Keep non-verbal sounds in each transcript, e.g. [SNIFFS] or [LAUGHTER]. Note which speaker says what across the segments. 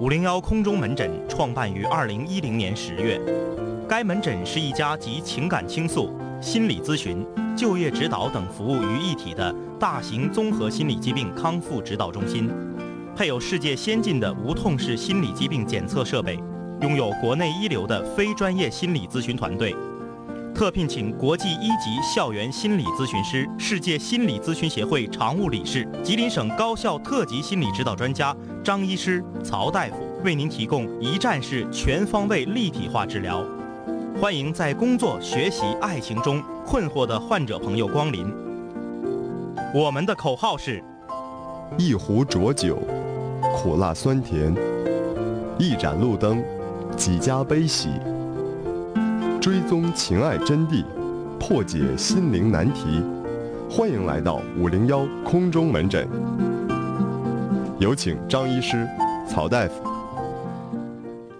Speaker 1: 五零幺空中门诊创办于二零一零年十月，该门诊是一家集情感倾诉、心理咨询、就业指导等服务于一体的大型综合心理疾病康复指导中心，配有世界先进的无痛式心理疾病检测设备，拥有国内一流的非专业心理咨询团队，特聘请国际一级校园心理咨询师、世界心理咨询协会常务理事、吉林省高校特级心理指导专家张医师、曹大夫为您提供一站式、全方位、立体化治疗。欢迎在工作、学习、爱情中困惑的患者朋友光临。我们的口号是：
Speaker 2: 一壶浊酒，苦辣酸甜；一盏路灯，几家悲喜。追踪情爱真谛，破解心灵难题。欢迎来到五零幺空中门诊，有请张医师、曹大夫。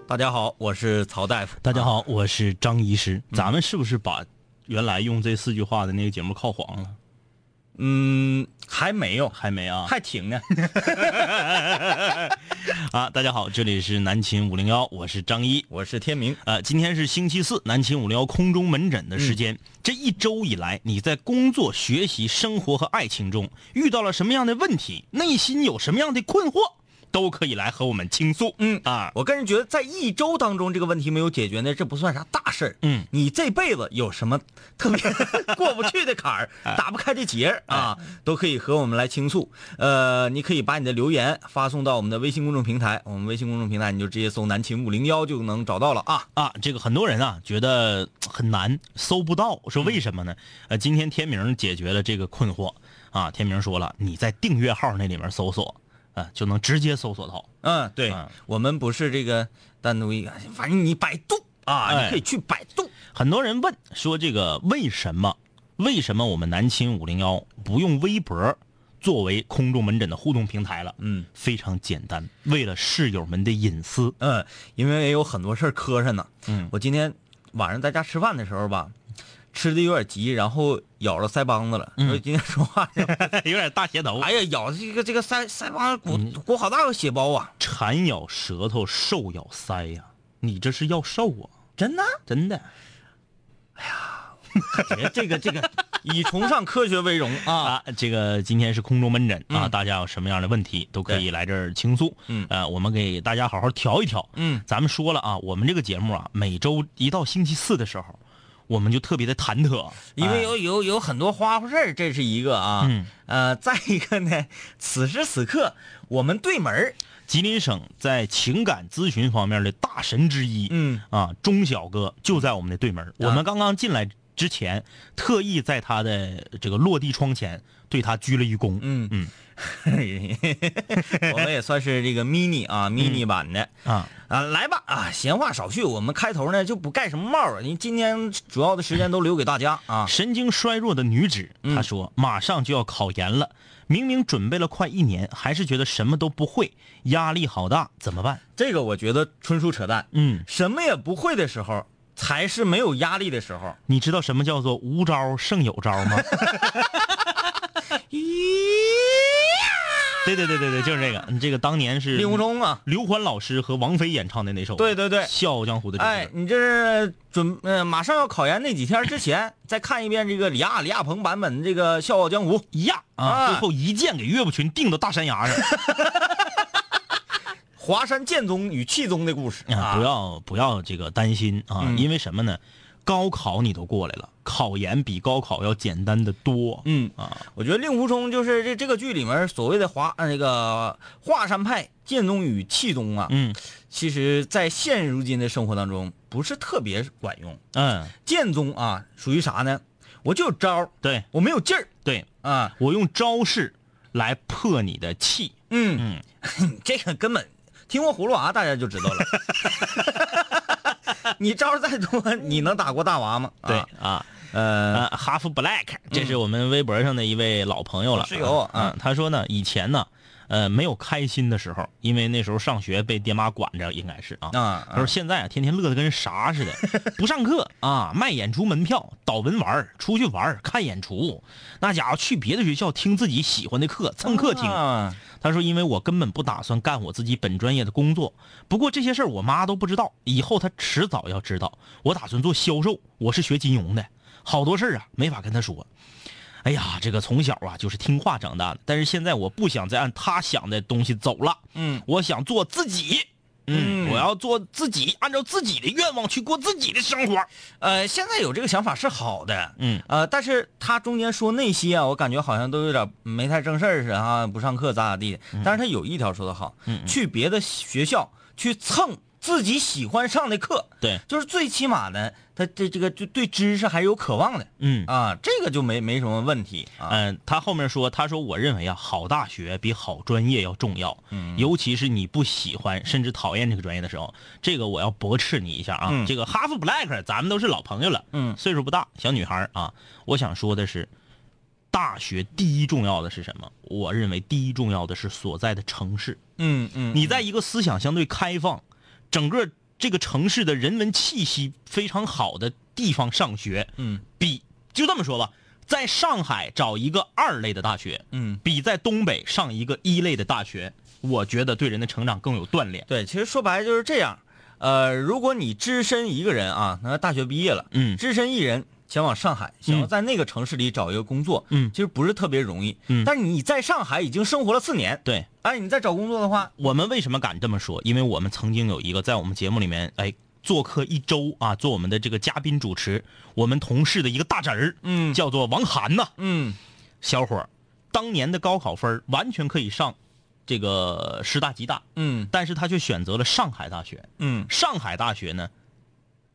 Speaker 3: 大家好，我是曹大夫。嗯
Speaker 1: 大家好，我是张医师。咱们是不是把原来用这四句话的那个节目靠黄了？
Speaker 3: 嗯，还没有，
Speaker 1: 还没啊？
Speaker 3: 还停呢。
Speaker 1: [LAUGHS] 啊，大家好，这里是南秦五零幺，我是张一。
Speaker 3: 我是天明。
Speaker 1: 呃，今天是星期四，南秦五零幺空中门诊的时间。
Speaker 3: 嗯
Speaker 1: 这一周以来，你在工作、学习、生活和爱情中遇到了什么样的问题？内心有什么样的困惑？都可以来和我们倾诉。
Speaker 3: 嗯
Speaker 1: 啊，
Speaker 3: 我个人觉得，在一周当中，这个问题没有解决呢，这不算啥大事儿。
Speaker 1: 嗯，
Speaker 3: 你这辈子有什么特别 [LAUGHS] 过不去的坎
Speaker 1: [LAUGHS]
Speaker 3: 儿，
Speaker 1: 哎
Speaker 3: 打不开的结儿啊，都可以和我们来倾诉。呃，你可以把你的留言发送到我们的微信公众平台，我们微信公众平台你就直接搜“南秦五零幺”就能找到了啊。
Speaker 1: 啊，这个很多人啊觉得很难，搜不到，说为什么呢？呃，今天天明解决了这个困惑啊。天明说了，你在订阅号那里面搜索，啊，就能直接搜索到。
Speaker 3: 嗯，对，
Speaker 1: 嗯
Speaker 3: 我们不是这个单独一个，反正你百度啊，
Speaker 1: 哎
Speaker 3: 你可以去百度。
Speaker 1: 很多人问说这个为什么？为什么我们南秦五零幺不用微博作为空中门诊的互动平台了？
Speaker 3: 嗯，
Speaker 1: 非常简单，为了室友们的隐私。
Speaker 3: 嗯，因为也有很多事儿磕碜呢。
Speaker 1: 嗯，
Speaker 3: 我今天晚上在家吃饭的时候吧，吃的有点急，然后咬着腮帮子了。
Speaker 1: 嗯
Speaker 3: 所以今天说
Speaker 1: [LAUGHS]
Speaker 3: 话，
Speaker 1: [LAUGHS] 有点大斜头，
Speaker 3: 哎呀，咬这个这个腮腮帮
Speaker 1: 嗯
Speaker 3: 子鼓鼓好大个血包啊！
Speaker 1: 缠咬舌头，兽咬腮呀、你这是要瘦啊？
Speaker 3: 真的，
Speaker 1: 真的
Speaker 3: 别哎这个这
Speaker 1: [LAUGHS]
Speaker 3: 个，以崇尚科学为荣啊。嗯
Speaker 1: 啊！这个今天是空中门诊啊，大家有什么样的问题都可以
Speaker 3: 对
Speaker 1: 来这儿倾诉。
Speaker 3: 嗯
Speaker 1: 呃，我们给大家好好调一调。
Speaker 3: 嗯
Speaker 1: 咱们说了啊，我们这个节目啊，每周一到星期四的时候，我们就特别的忐忑，
Speaker 3: 因为
Speaker 1: 哎
Speaker 3: 有有有很多花花事儿，这是一个啊，
Speaker 1: 嗯
Speaker 3: 呃，再一个呢，此时此刻我们对门儿，
Speaker 1: 吉林省在情感咨询方面的大神之一，
Speaker 3: 嗯
Speaker 1: 啊，钟小哥就在我们的对门儿。我们刚刚进来之前，特意在他的这个落地窗前对他鞠了一躬。
Speaker 3: 嗯
Speaker 1: 嗯
Speaker 3: [LAUGHS] 我们也算是这个 mini 啊、mini 版的，
Speaker 1: 啊，
Speaker 3: 啊，来吧啊！闲话少叙，我们开头呢就不盖什么帽了，因为今天主要的时间都留给大家啊。
Speaker 1: 神经衰弱的女子，
Speaker 3: 嗯
Speaker 1: 她说马上就要考研了，明明准备了快一年，还是觉得什么都不会，压力好大，怎么办？
Speaker 3: 这个我觉得纯属扯淡，
Speaker 1: 嗯，
Speaker 3: 什么也不会的时候才是没有压力的时候。
Speaker 1: 你知道什么叫做无招胜有招
Speaker 3: [LAUGHS]
Speaker 1: 吗？对对对对对，就是这个，嗯这个当年是
Speaker 3: 令狐冲啊，
Speaker 1: 刘欢老师和王菲演唱的那首，
Speaker 3: 对对对
Speaker 1: 《笑傲江湖》的主题
Speaker 3: 哎，你这是准呃马上要考研那几天之前，再看一遍这个李亚李亚鹏版本的这个《笑傲江湖》。
Speaker 1: 一样
Speaker 3: 啊
Speaker 1: 啊，最后一剑给岳不群钉到大山崖上
Speaker 3: 华山剑宗与气宗的故事
Speaker 1: 啊！不要不要这个担心啊，
Speaker 3: 嗯
Speaker 1: 因为什么呢？高考你都过来了，考研比高考要简单的多。
Speaker 3: 嗯
Speaker 1: 啊，
Speaker 3: 我觉得令狐冲就是这这个剧里面所谓的华呃那个华山派剑宗与气宗啊，
Speaker 1: 嗯
Speaker 3: 其实，在现如今的生活当中，不是特别管用。
Speaker 1: 嗯，
Speaker 3: 剑宗啊，属于啥呢？我就有招儿，
Speaker 1: 对
Speaker 3: 我没有劲儿
Speaker 1: 对，
Speaker 3: 啊。
Speaker 1: 我用招式来破你的气。
Speaker 3: 嗯嗯， [LAUGHS] 这个根本听过《葫芦啊娃》，大家就知道了。
Speaker 1: [LAUGHS]
Speaker 3: 你招儿再多，你能打过大娃吗？啊
Speaker 1: 对啊，
Speaker 3: 呃，
Speaker 1: 呃，Half Black，这是我们微博上的一位老朋友了，啊
Speaker 3: 室友
Speaker 1: 嗯，他说呢，以前呢，呃，没有开心的时候，因为那时候上学被爹妈管着，应该是啊。
Speaker 3: 啊
Speaker 1: 他说现在啊，天天乐得跟啥 [LAUGHS] 似的，不上课啊，卖演出门票，倒文玩儿出去玩儿看演出，那家伙去别的学校听自己喜欢的课，蹭课听。
Speaker 3: 啊
Speaker 1: 他说：“因为我根本不打算干我自己本专业的工作，不过这些事儿我妈都不知道，以后她迟早要知道。我打算做销售，我是学金融的，好多事儿啊没法跟她说。哎呀，这个从小啊就是听话长大的，但是现在我不想再按她想的东西走了，
Speaker 3: 嗯，
Speaker 1: 我想做自己，嗯，
Speaker 3: 嗯
Speaker 1: 我要做自己，按照自己的愿望去过自己的生活。
Speaker 3: 呃，现在有这个想法是好的，
Speaker 1: 嗯，
Speaker 3: 呃，但是他中间说那些啊，我感觉好像都有点没太正事儿似的啊，不上课咋咋地的。
Speaker 1: 嗯
Speaker 3: 但是他有一条说的好，去别的学校去蹭自己喜欢上的课，
Speaker 1: 对，
Speaker 3: 就是最起码的，他这这个就对知识还是有渴望的
Speaker 1: 嗯。”
Speaker 3: 啊，这个就没没什么问题啊。
Speaker 1: 嗯，他后面说，他说我认为啊，好大学比好专业要重要，
Speaker 3: 嗯
Speaker 1: 尤其是你不喜欢甚至讨厌这个专业的时候，这个我要驳斥你一下啊。
Speaker 3: 嗯
Speaker 1: 这个哈佛 Black 咱们都是老朋友了，
Speaker 3: 嗯
Speaker 1: 岁数不大，小女孩儿啊，我想说的是，大学第一重要的是什么？我认为第一重要的是所在的城市，
Speaker 3: 嗯嗯，
Speaker 1: 你在一个思想相对开放，整个这个城市的人文气息非常好的地方上学，
Speaker 3: 嗯
Speaker 1: 比就这么说吧，在上海找一个二类的大学，
Speaker 3: 嗯，
Speaker 1: 比在东北上一个一类的大学，我觉得对人的成长更有锻炼。
Speaker 3: 对，其实说白了就是这样。呃，如果你只身一个人啊，那大学毕业了，
Speaker 1: 嗯
Speaker 3: 只身一人前往上海，想要在那个城市里找一个工作，
Speaker 1: 嗯
Speaker 3: 其实不是特别容易。
Speaker 1: 嗯
Speaker 3: 但是你在上海已经生活了四年，
Speaker 1: 对
Speaker 3: 哎，你再找工作的话，
Speaker 1: 我们为什么敢这么说？因为我们曾经有一个在我们节目里面，哎，做客一周啊，做我们的这个嘉宾主持，我们同事的一个大侄儿，
Speaker 3: 嗯
Speaker 1: 叫做王涵呐、
Speaker 3: 嗯，
Speaker 1: 小伙儿，当年的高考分儿完全可以上这个师大、吉大，
Speaker 3: 嗯
Speaker 1: 但是他却选择了上海大学。
Speaker 3: 嗯
Speaker 1: 上海大学呢，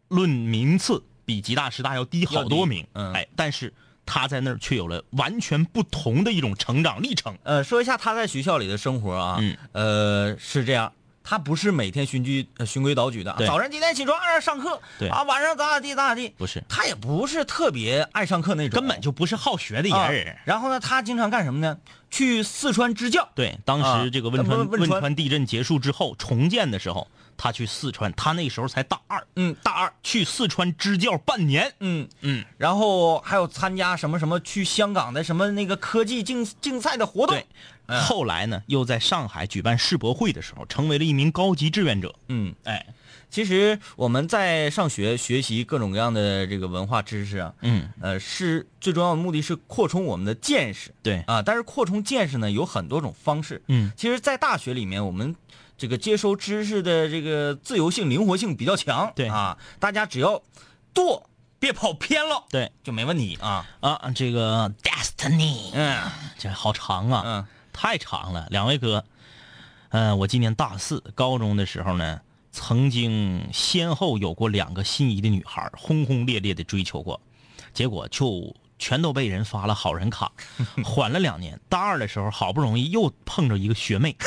Speaker 1: 论名次比吉大、师大要低好多名，
Speaker 3: 要低嗯
Speaker 1: 哎，但是他在那儿却有了完全不同的一种成长历程。
Speaker 3: 呃，说一下他在学校里的生活啊，
Speaker 1: 嗯
Speaker 3: 呃，是这样。他不是每天循规呃循规蹈矩的啊，
Speaker 1: 对
Speaker 3: 早上几点起床按上课，
Speaker 1: 对
Speaker 3: 啊，晚上咋咋地咋咋地，
Speaker 1: 不是
Speaker 3: 他也不是特别爱上课那种，
Speaker 1: 根本就不是好学的
Speaker 3: 啊
Speaker 1: 人。
Speaker 3: 然后呢，他经常干什么呢？去四川支教。
Speaker 1: 对，当
Speaker 3: 啊
Speaker 1: 时这个汶川、
Speaker 3: 汶汶
Speaker 1: 汶
Speaker 3: 川
Speaker 1: 川地震结束之后，重建的时候，他去四川，他那时候才大二，
Speaker 3: 嗯，大二。
Speaker 1: 去四川支教半年。
Speaker 3: 嗯，
Speaker 1: 嗯，
Speaker 3: 然后还有参加什么什么去香港的什么那个科技竞竞赛的活动
Speaker 1: 对。，
Speaker 3: 嗯
Speaker 1: 后来呢，又在上海举办世博会的时候，成为了一名高级志愿者。
Speaker 3: 嗯，
Speaker 1: 哎，
Speaker 3: 其实我们在上学学习各种各样的这个文化知识啊，
Speaker 1: 嗯，
Speaker 3: 呃，是最重要的目的是扩充我们的见识。
Speaker 1: 对，
Speaker 3: 啊，但是扩充见识呢有很多种方式。
Speaker 1: 嗯，
Speaker 3: 其实，在大学里面，我们这个接收知识的这个自由性、灵活性比较强。
Speaker 1: 对
Speaker 3: 啊，大家只要剁，别跑偏了，
Speaker 1: 对
Speaker 3: 就没问题啊。
Speaker 1: 啊，这个 destiny，
Speaker 3: 嗯
Speaker 1: 这好长啊，
Speaker 3: 嗯
Speaker 1: 太长了。两位哥，嗯、我今年大四，高中的时候呢，曾经先后有过两个心仪的女孩，轰轰烈烈的追求过，结果就全都被人发了好人
Speaker 3: [LAUGHS]
Speaker 1: 卡，缓了两年。大二的时候，好不容易又碰着一个学
Speaker 3: [LAUGHS]
Speaker 1: 妹，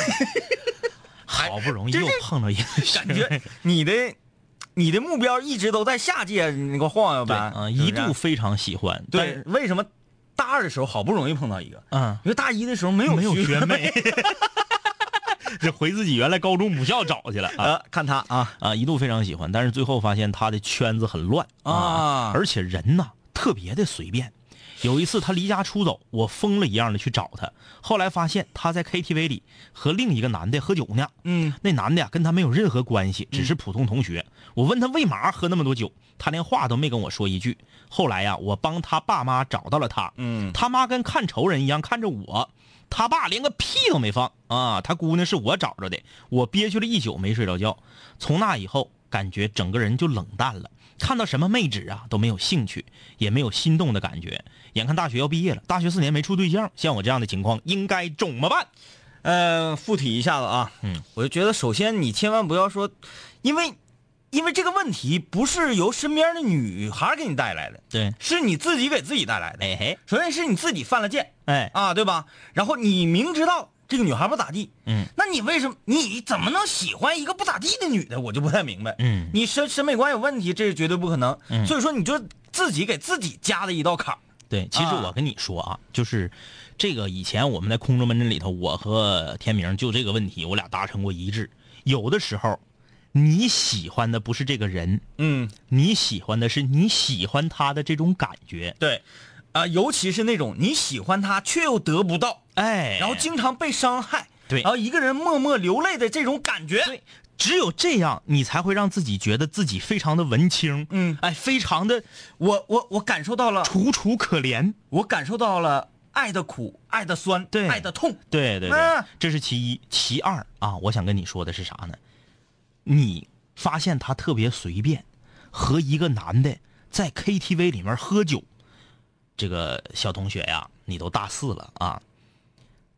Speaker 1: 好不容易又碰着一个学
Speaker 3: 哎感
Speaker 1: 妹， [LAUGHS]
Speaker 3: 觉你的你的目标一直都在下届那个晃悠
Speaker 1: 对
Speaker 3: 班
Speaker 1: 啊、
Speaker 3: 是不
Speaker 1: 一
Speaker 3: 是
Speaker 1: 度非常喜欢，但
Speaker 3: 对
Speaker 1: 是。
Speaker 3: 为什么大二的时候好不容易碰到一个，
Speaker 1: 嗯，
Speaker 3: 因为大一的时候没有
Speaker 1: 没有
Speaker 3: 学
Speaker 1: 学妹， [LAUGHS] 这回自己原来高中母校找
Speaker 3: [LAUGHS]
Speaker 1: 去了啊。
Speaker 3: 呃，看他啊，
Speaker 1: 啊，一度非常喜欢，但是最后发现他的圈子很乱
Speaker 3: 啊
Speaker 1: 而且人呐特别的随便。有一次他离家出走，我疯了一样的去找他，后来发现他在 KTV 里和另一个男的喝酒呢。
Speaker 3: 嗯，
Speaker 1: 那男的呀、跟他没有任何关系，只是普通同学。我问他为嘛喝那么多酒，他连话都没跟我说一句。后来呀、我帮他爸妈找到了他，
Speaker 3: 嗯，
Speaker 1: 他妈跟看仇人一样看着我，他爸连个屁都没放啊。他姑娘是我找着的，我憋屈了一宿没睡着觉。从那以后，感觉整个人就冷淡了，看到什么妹纸啊都没有兴趣，也没有心动的感觉。眼看大学要毕业了，大学四年没处对象，像我这样的情况应该怎么办？
Speaker 3: 呃，附体一下子啊，
Speaker 1: 嗯，
Speaker 3: 我就觉得首先你千万不要说，因为因为这个问题不是由身边的女孩给你带来的，
Speaker 1: 对，
Speaker 3: 是你自己给自己带来的。
Speaker 1: 哎嘿，
Speaker 3: 首先是你自己犯了贱
Speaker 1: 哎，
Speaker 3: 啊，对吧？然后你明知道这个女孩不咋地，
Speaker 1: 嗯，
Speaker 3: 那你为什么你怎么能喜欢一个不咋地的女的？我就不太明白。
Speaker 1: 嗯
Speaker 3: 你审审美观有问题，这是绝对不可能。所以说，你就自己给自己加了一道坎儿。
Speaker 1: 对，其实
Speaker 3: 啊
Speaker 1: 我跟你说啊，就是这个以前我们在空中门诊里头，我和天明就这个问题，我俩达成过一致。有的时候，你喜欢的不是这个人，
Speaker 3: 嗯，
Speaker 1: 你喜欢的是你喜欢他的这种感觉。
Speaker 3: 对，啊、尤其是那种你喜欢他却又得不到，
Speaker 1: 哎，
Speaker 3: 然后经常被伤害，
Speaker 1: 对
Speaker 3: 然后一个人默默流泪的这种感觉，
Speaker 1: 对，只有这样，你才会让自己觉得自己非常的文青，
Speaker 3: 嗯
Speaker 1: 哎，非常的
Speaker 3: 我我我感受到了，
Speaker 1: 楚楚可怜。
Speaker 3: 我感受到了爱的苦，爱的酸，
Speaker 1: 对
Speaker 3: 爱的痛，
Speaker 1: 对对对
Speaker 3: 嗯，
Speaker 1: 这是其一，其二啊，我想跟你说的是啥呢？你发现他特别随便，和一个男的在 KTV 里面喝酒，这个小同学呀，你都大四了啊，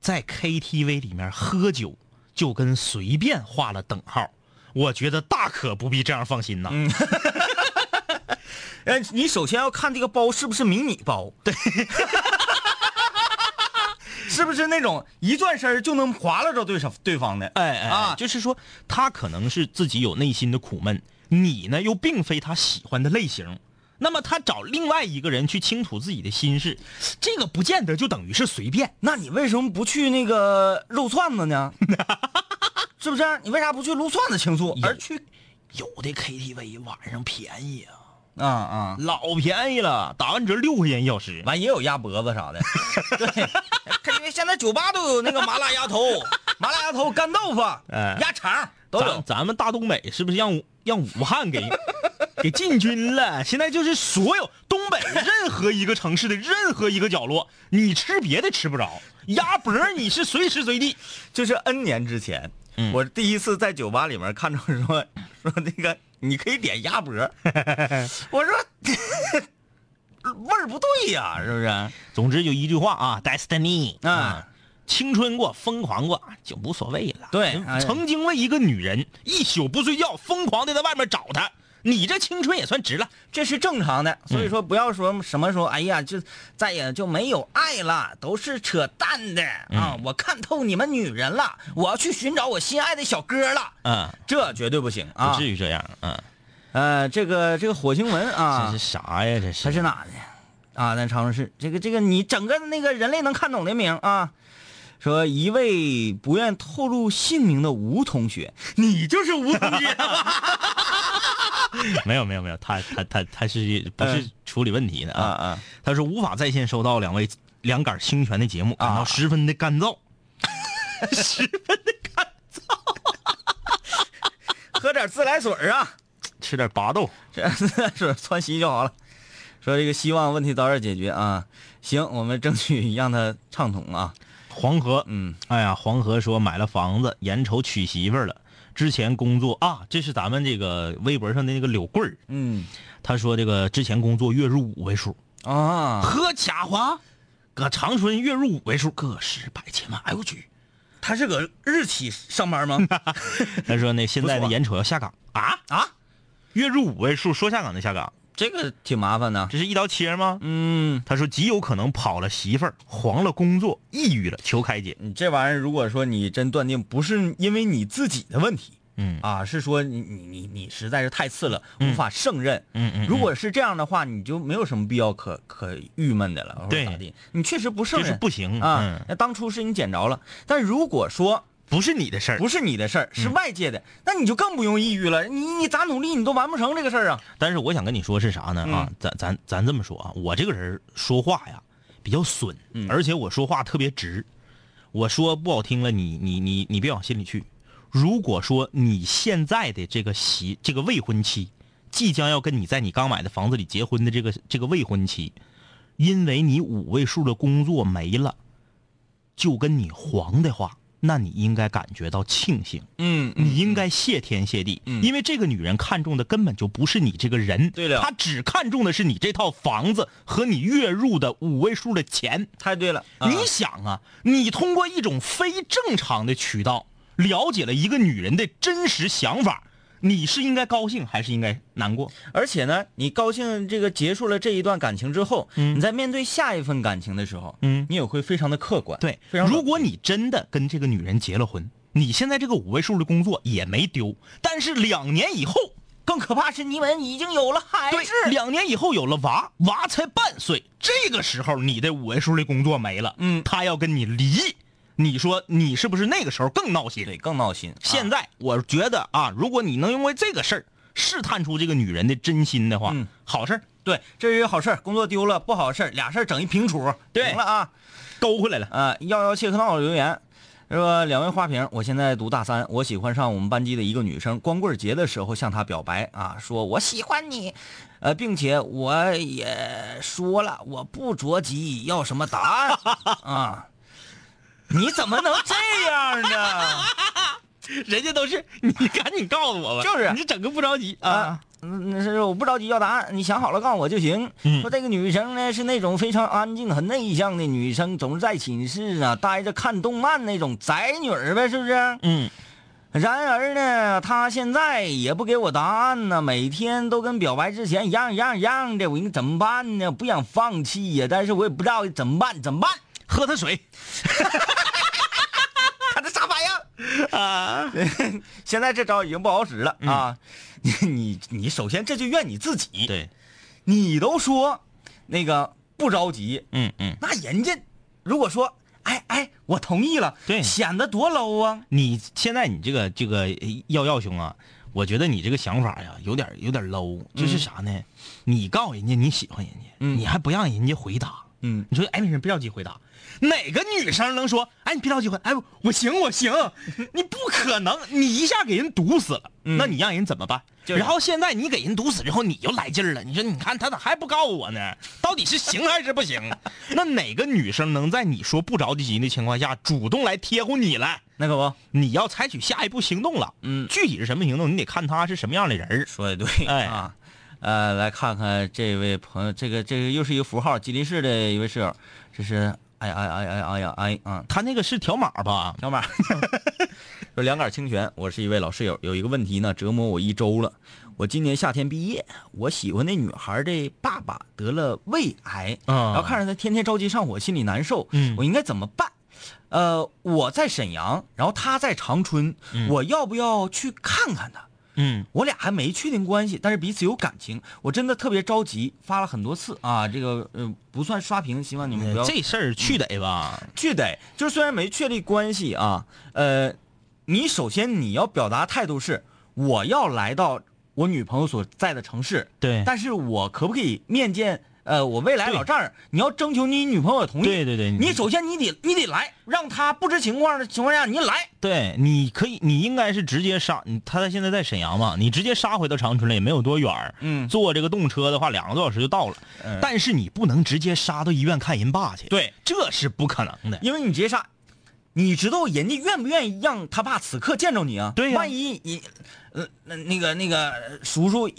Speaker 1: 在 KTV 里面喝酒就跟随便画了等号，我觉得大可不必这样放心呐。
Speaker 3: 呃，你首先要看这个包是不是迷你包，对， [LAUGHS] 是不是那种一转身就能划拉着对手对方的？
Speaker 1: 哎哎
Speaker 3: 啊
Speaker 1: 就是说他可能是自己有内心的苦闷，你呢又并非他喜欢的类型，那么他找另外一个人去倾吐自己的心事，这个不见得就等于是随便。
Speaker 3: 那你为什么不去那个肉串子 [LAUGHS] 呢？是不是？你为啥不去撸串子倾诉，而去
Speaker 1: 有的 KTV 晚上便宜啊，
Speaker 3: 啊啊？
Speaker 1: 老便宜了，打完折六块钱一小时。
Speaker 3: 完也有鸭脖子啥的， [LAUGHS] 对，因为现在酒吧都有那个麻辣鸭头、麻辣鸭头、干豆腐、
Speaker 1: 哎
Speaker 3: 鸭肠都
Speaker 1: 咱
Speaker 3: 有。
Speaker 1: 咱们大东北是不是让让武汉
Speaker 3: [LAUGHS]
Speaker 1: 给给进军了？现在就是所有东北任何一个城市的任何一个角落，你吃别的吃不着，鸭脖儿你是随时随地。
Speaker 3: 就是 N 年之前，
Speaker 1: 嗯
Speaker 3: 我第一次在酒吧里面看着说说那个你可以点鸭脖， [LAUGHS] 我说味儿不对呀、是啊不是？
Speaker 1: 总之就一句话啊，destiny
Speaker 3: 啊
Speaker 1: 啊，青春过，疯狂过就无所谓了。
Speaker 3: 对
Speaker 1: 嗯
Speaker 3: 哎
Speaker 1: 曾经为一个女人一宿不睡觉，疯狂的在外面找她，你这青春也算值了。
Speaker 3: 这是正常的，所
Speaker 1: 嗯
Speaker 3: 以说不要说什么说，哎呀，就再也就没有爱了，都是扯淡的
Speaker 1: 嗯
Speaker 3: 啊！我看透你们女人了，我要去寻找我心爱的小哥了。
Speaker 1: 嗯，
Speaker 3: 这绝对不行啊！
Speaker 1: 不至于这样。嗯，
Speaker 3: 呃，这个这个火星文
Speaker 1: 这
Speaker 3: 啊
Speaker 1: 是，啥呀？这是
Speaker 3: 他是哪的呀啊？咱长春市这个这个你整个那个人类能看懂的名啊，说一位不愿透露姓名的吴同学， [LAUGHS] 你就是吴同学吧
Speaker 1: [LAUGHS] 没有没有没有，他他他他是不是
Speaker 3: 嗯
Speaker 1: 处理问题的
Speaker 3: [LAUGHS] 啊
Speaker 1: 啊？
Speaker 3: 啊！
Speaker 1: 他说无法在线收到两位两杆清泉的节目，
Speaker 3: 啊
Speaker 1: 感到十分的干燥。
Speaker 3: 喝点自来水儿啊，
Speaker 1: 吃点巴豆，
Speaker 3: 这自来水儿窜稀就好了。说这个希望问题早点解决啊！行，我们争取让他畅通啊。
Speaker 1: 黄河，
Speaker 3: 嗯，
Speaker 1: 哎呀，黄河说买了房子，眼瞅娶媳妇儿了。之前工作啊，这是咱们这个微博上的那个柳棍儿，
Speaker 3: 嗯
Speaker 1: 他说这个之前工作月入五位数，
Speaker 3: 啊，
Speaker 1: 呵家伙，搁长春月入五位数，个十百千万，哎呦我
Speaker 3: [LAUGHS]
Speaker 1: 去！
Speaker 3: 他是搁日企上班吗？
Speaker 1: 他说呢，现在呢
Speaker 3: 不错
Speaker 1: 眼瞅要下岗啊，
Speaker 3: 啊，
Speaker 1: 月入五位数说下岗就下岗，
Speaker 3: [LAUGHS] 这个挺麻烦的。
Speaker 1: 这是一刀切吗？
Speaker 3: 嗯，
Speaker 1: 他说极有可能跑了媳妇儿，黄了工作，抑郁了，求开解。
Speaker 3: 你这玩意儿，如果说你真断定不是因为你自己的问题
Speaker 1: 嗯
Speaker 3: 啊，是说你你你你实在是太次了，无法胜任。
Speaker 1: 嗯嗯，
Speaker 3: 如果是这样的话，你就没有什么必要可可郁闷的了，或者
Speaker 1: 对
Speaker 3: 咋地？你确实不胜
Speaker 1: 就
Speaker 3: 任，
Speaker 1: 是不行
Speaker 3: 啊
Speaker 1: 嗯。
Speaker 3: 那当初是你捡着了，但如果说
Speaker 1: 不是你的事儿，
Speaker 3: 不是你的事儿，
Speaker 1: 嗯
Speaker 3: 是外界的，那你就更不用抑郁了。你你咋努力，你都完不成这个事儿啊！
Speaker 1: 但是我想跟你说是啥呢？啊，咱咱咱这么说啊，我这个人说话呀比较损，而且我说话特别直，我说不好听了，你你你你别往心里去。如果说你现在的这个媳这个未婚妻，即将要跟你在你刚买的房子里结婚的这个这个未婚妻，因为你五位数的工作没了，就跟你黄的话，那你应该感觉到庆幸。
Speaker 3: 嗯
Speaker 1: 你应该谢天谢地，因为这个女人看中的根本就不是你这个人，
Speaker 3: 对了
Speaker 1: 她只看中的是你这套房子和你月入的五位数的钱。
Speaker 3: 太对了，
Speaker 1: 你想啊，你通过一种非正常的渠道了解了一个女人的真实想法，你是应该高兴还是应该难过？
Speaker 3: 而且呢，你高兴这个结束了这一段感情之后，你在面对下一份感情的时候，
Speaker 1: 嗯
Speaker 3: 你也会非常的客观，
Speaker 1: 对，
Speaker 3: 非常
Speaker 1: 如果你真的跟这个女人结了婚，你现在这个五位数的工作也没丢，但是两年以后，
Speaker 3: 更可怕是你们已经有了孩
Speaker 1: 对
Speaker 3: 子，，
Speaker 1: 两年以后有了娃，娃才半岁，这个时候你的五位数的工作没了，
Speaker 3: 嗯
Speaker 1: 他要跟你离，你说你是不是那个时候更闹心？
Speaker 3: 对，更闹心。啊
Speaker 1: 现
Speaker 3: 在、
Speaker 1: 在我觉得啊，如果你能因为这个事儿试探出这个女人的真心的话，
Speaker 3: 嗯
Speaker 1: 好事儿
Speaker 3: 对，这是一个好事儿，工作丢了不好事儿，俩事儿整一平处，
Speaker 1: 对
Speaker 3: 行了啊。
Speaker 1: 勾回来了。
Speaker 3: 啊，幺幺切克闹留言说：“两位花瓶，我现在读大三，我喜欢上我们班级的一个女生，光棍节的时候向她表白啊，说我喜欢你，呃，并且我也说了我不着急要什么答
Speaker 1: [LAUGHS]
Speaker 3: 案啊，你怎么能这样呢？
Speaker 1: [LAUGHS] 人家都是你赶紧告诉我吧，
Speaker 3: 就是
Speaker 1: 你整个不着急
Speaker 3: 啊。”嗯那是我不着急要答案，你想好了告诉我就行。
Speaker 1: 嗯
Speaker 3: 说这个女生呢是那种非常安静、很内向的女生，总是在寝室啊待着看动漫那种宅女儿呗，是不是？
Speaker 1: 嗯，
Speaker 3: 然而呢，他现在也不给我答案呢，每天都跟表白之前一样一样一样的，我应该怎么办呢？不想放弃呀，但是我也不知道怎么办，怎么办？
Speaker 1: 喝他水，
Speaker 3: 他这啥玩意儿啊？现在这招已经不好使了、啊！你你你，首先这就怨你自己，
Speaker 1: 对，
Speaker 3: 你都说那个不着急，
Speaker 1: 嗯嗯，
Speaker 3: 那人家如果说哎哎，我同意了，
Speaker 1: 对
Speaker 3: 显得多 low 啊！
Speaker 1: 你现在你这个这个呃耀耀兄啊，我觉得你这个想法呀，有点有点 low，就是啥呢？你告诉人家你喜欢人家，
Speaker 3: 嗯
Speaker 1: 你还不让人家回答，
Speaker 3: 嗯，
Speaker 1: 你说哎，没事，别着急回答。哪个女生能说哎，你别着急回答，哎，我行我
Speaker 3: [LAUGHS]
Speaker 1: 行，你不可能，你一下给人堵死了，
Speaker 3: 嗯
Speaker 1: 那你让人怎么办？
Speaker 3: 就是
Speaker 1: 然后现在你给人堵死之后，你就来劲儿了。你说，你看他咋还不告诉我呢？到底是行还是不
Speaker 3: [LAUGHS]
Speaker 1: 行？那哪个女生能在你说不着急的情况下，主动来贴乎你来？
Speaker 3: 那可不
Speaker 1: 你要采取下一步行动了。
Speaker 3: 嗯
Speaker 1: 具体是什么行动，你得看他是什么样的人儿。
Speaker 3: 说的对，
Speaker 1: 哎
Speaker 3: 啊，呃，来看看这位朋友，这个这个又是一个符号，吉林市的一位室友，这是哎哎哎哎哎呀哎啊，
Speaker 1: 他那个是条码吧？
Speaker 3: 小 [LAUGHS] 马说两杆清泉，我是一位老室友，有一个问题呢折磨我一周了，我今年夏天毕业，我喜欢那女孩的爸爸得了胃癌，
Speaker 1: 啊
Speaker 3: 然后看着他天天着急上火，心里难受，
Speaker 1: 嗯
Speaker 3: 我应该怎么办？呃，我在沈阳，然后他在长春，我要不要去看看他？
Speaker 1: 嗯，
Speaker 3: 我俩还没确定关系，但是彼此有感情。我真的特别着急，发了很多次啊，这个呃不算刷屏，希望你们不要
Speaker 1: 嗯
Speaker 3: 嗯
Speaker 1: 这事儿去得吧？
Speaker 3: 去得，就是虽然没确立关系啊，呃，你首先你要表达态度是我要来到我女朋友所在的城市，
Speaker 1: 对
Speaker 3: 但是我可不可以面见呃我未来
Speaker 1: 对
Speaker 3: 老丈人？你要征求你女朋友的同意，
Speaker 1: 对对对
Speaker 3: 你首先你得你得来，让她不知情况的情况下你来，
Speaker 1: 对，你可以，你应该是直接杀，你他现在在沈阳嘛，你直接杀回到长春了，也没有多远儿
Speaker 3: 嗯
Speaker 1: 坐这个动车的话，两个多小时就到了。
Speaker 3: 嗯
Speaker 1: 但是你不能直接杀到医院看人爸去，，
Speaker 3: 对，
Speaker 1: 这是不可能的。
Speaker 3: 因为你直接杀，你知道人家愿不愿意让他爸此刻见着你啊？
Speaker 1: 对呀
Speaker 3: 万一你，呃，那那个那个叔叔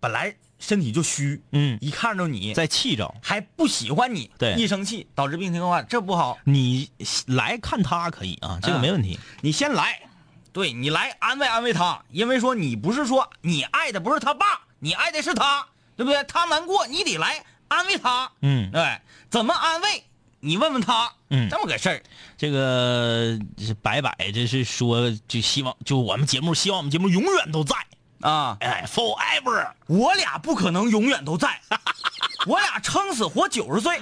Speaker 3: 本来身体就虚，
Speaker 1: 嗯，
Speaker 3: 一看着你
Speaker 1: 在气着，
Speaker 3: 还不喜欢你，
Speaker 1: 对
Speaker 3: 一生气导致病情恶化，这不好。
Speaker 1: 你来看他可以啊，这个
Speaker 3: 嗯
Speaker 1: 没问题。
Speaker 3: 你先来，对你来安慰安慰他，因为说你不是说你爱的不是他爸，你爱的是他，对不对？他难过，你得来安慰他。
Speaker 1: 嗯
Speaker 3: 对，怎么安慰？你问问他，
Speaker 1: 嗯
Speaker 3: 这么个事儿。
Speaker 1: 这个白白这是说，就希望就我们节目，希望我们节目永远都在，
Speaker 3: 啊，
Speaker 1: 哎，forever。
Speaker 3: 我俩不可能永远都在， [LAUGHS] 我俩撑死活九十岁，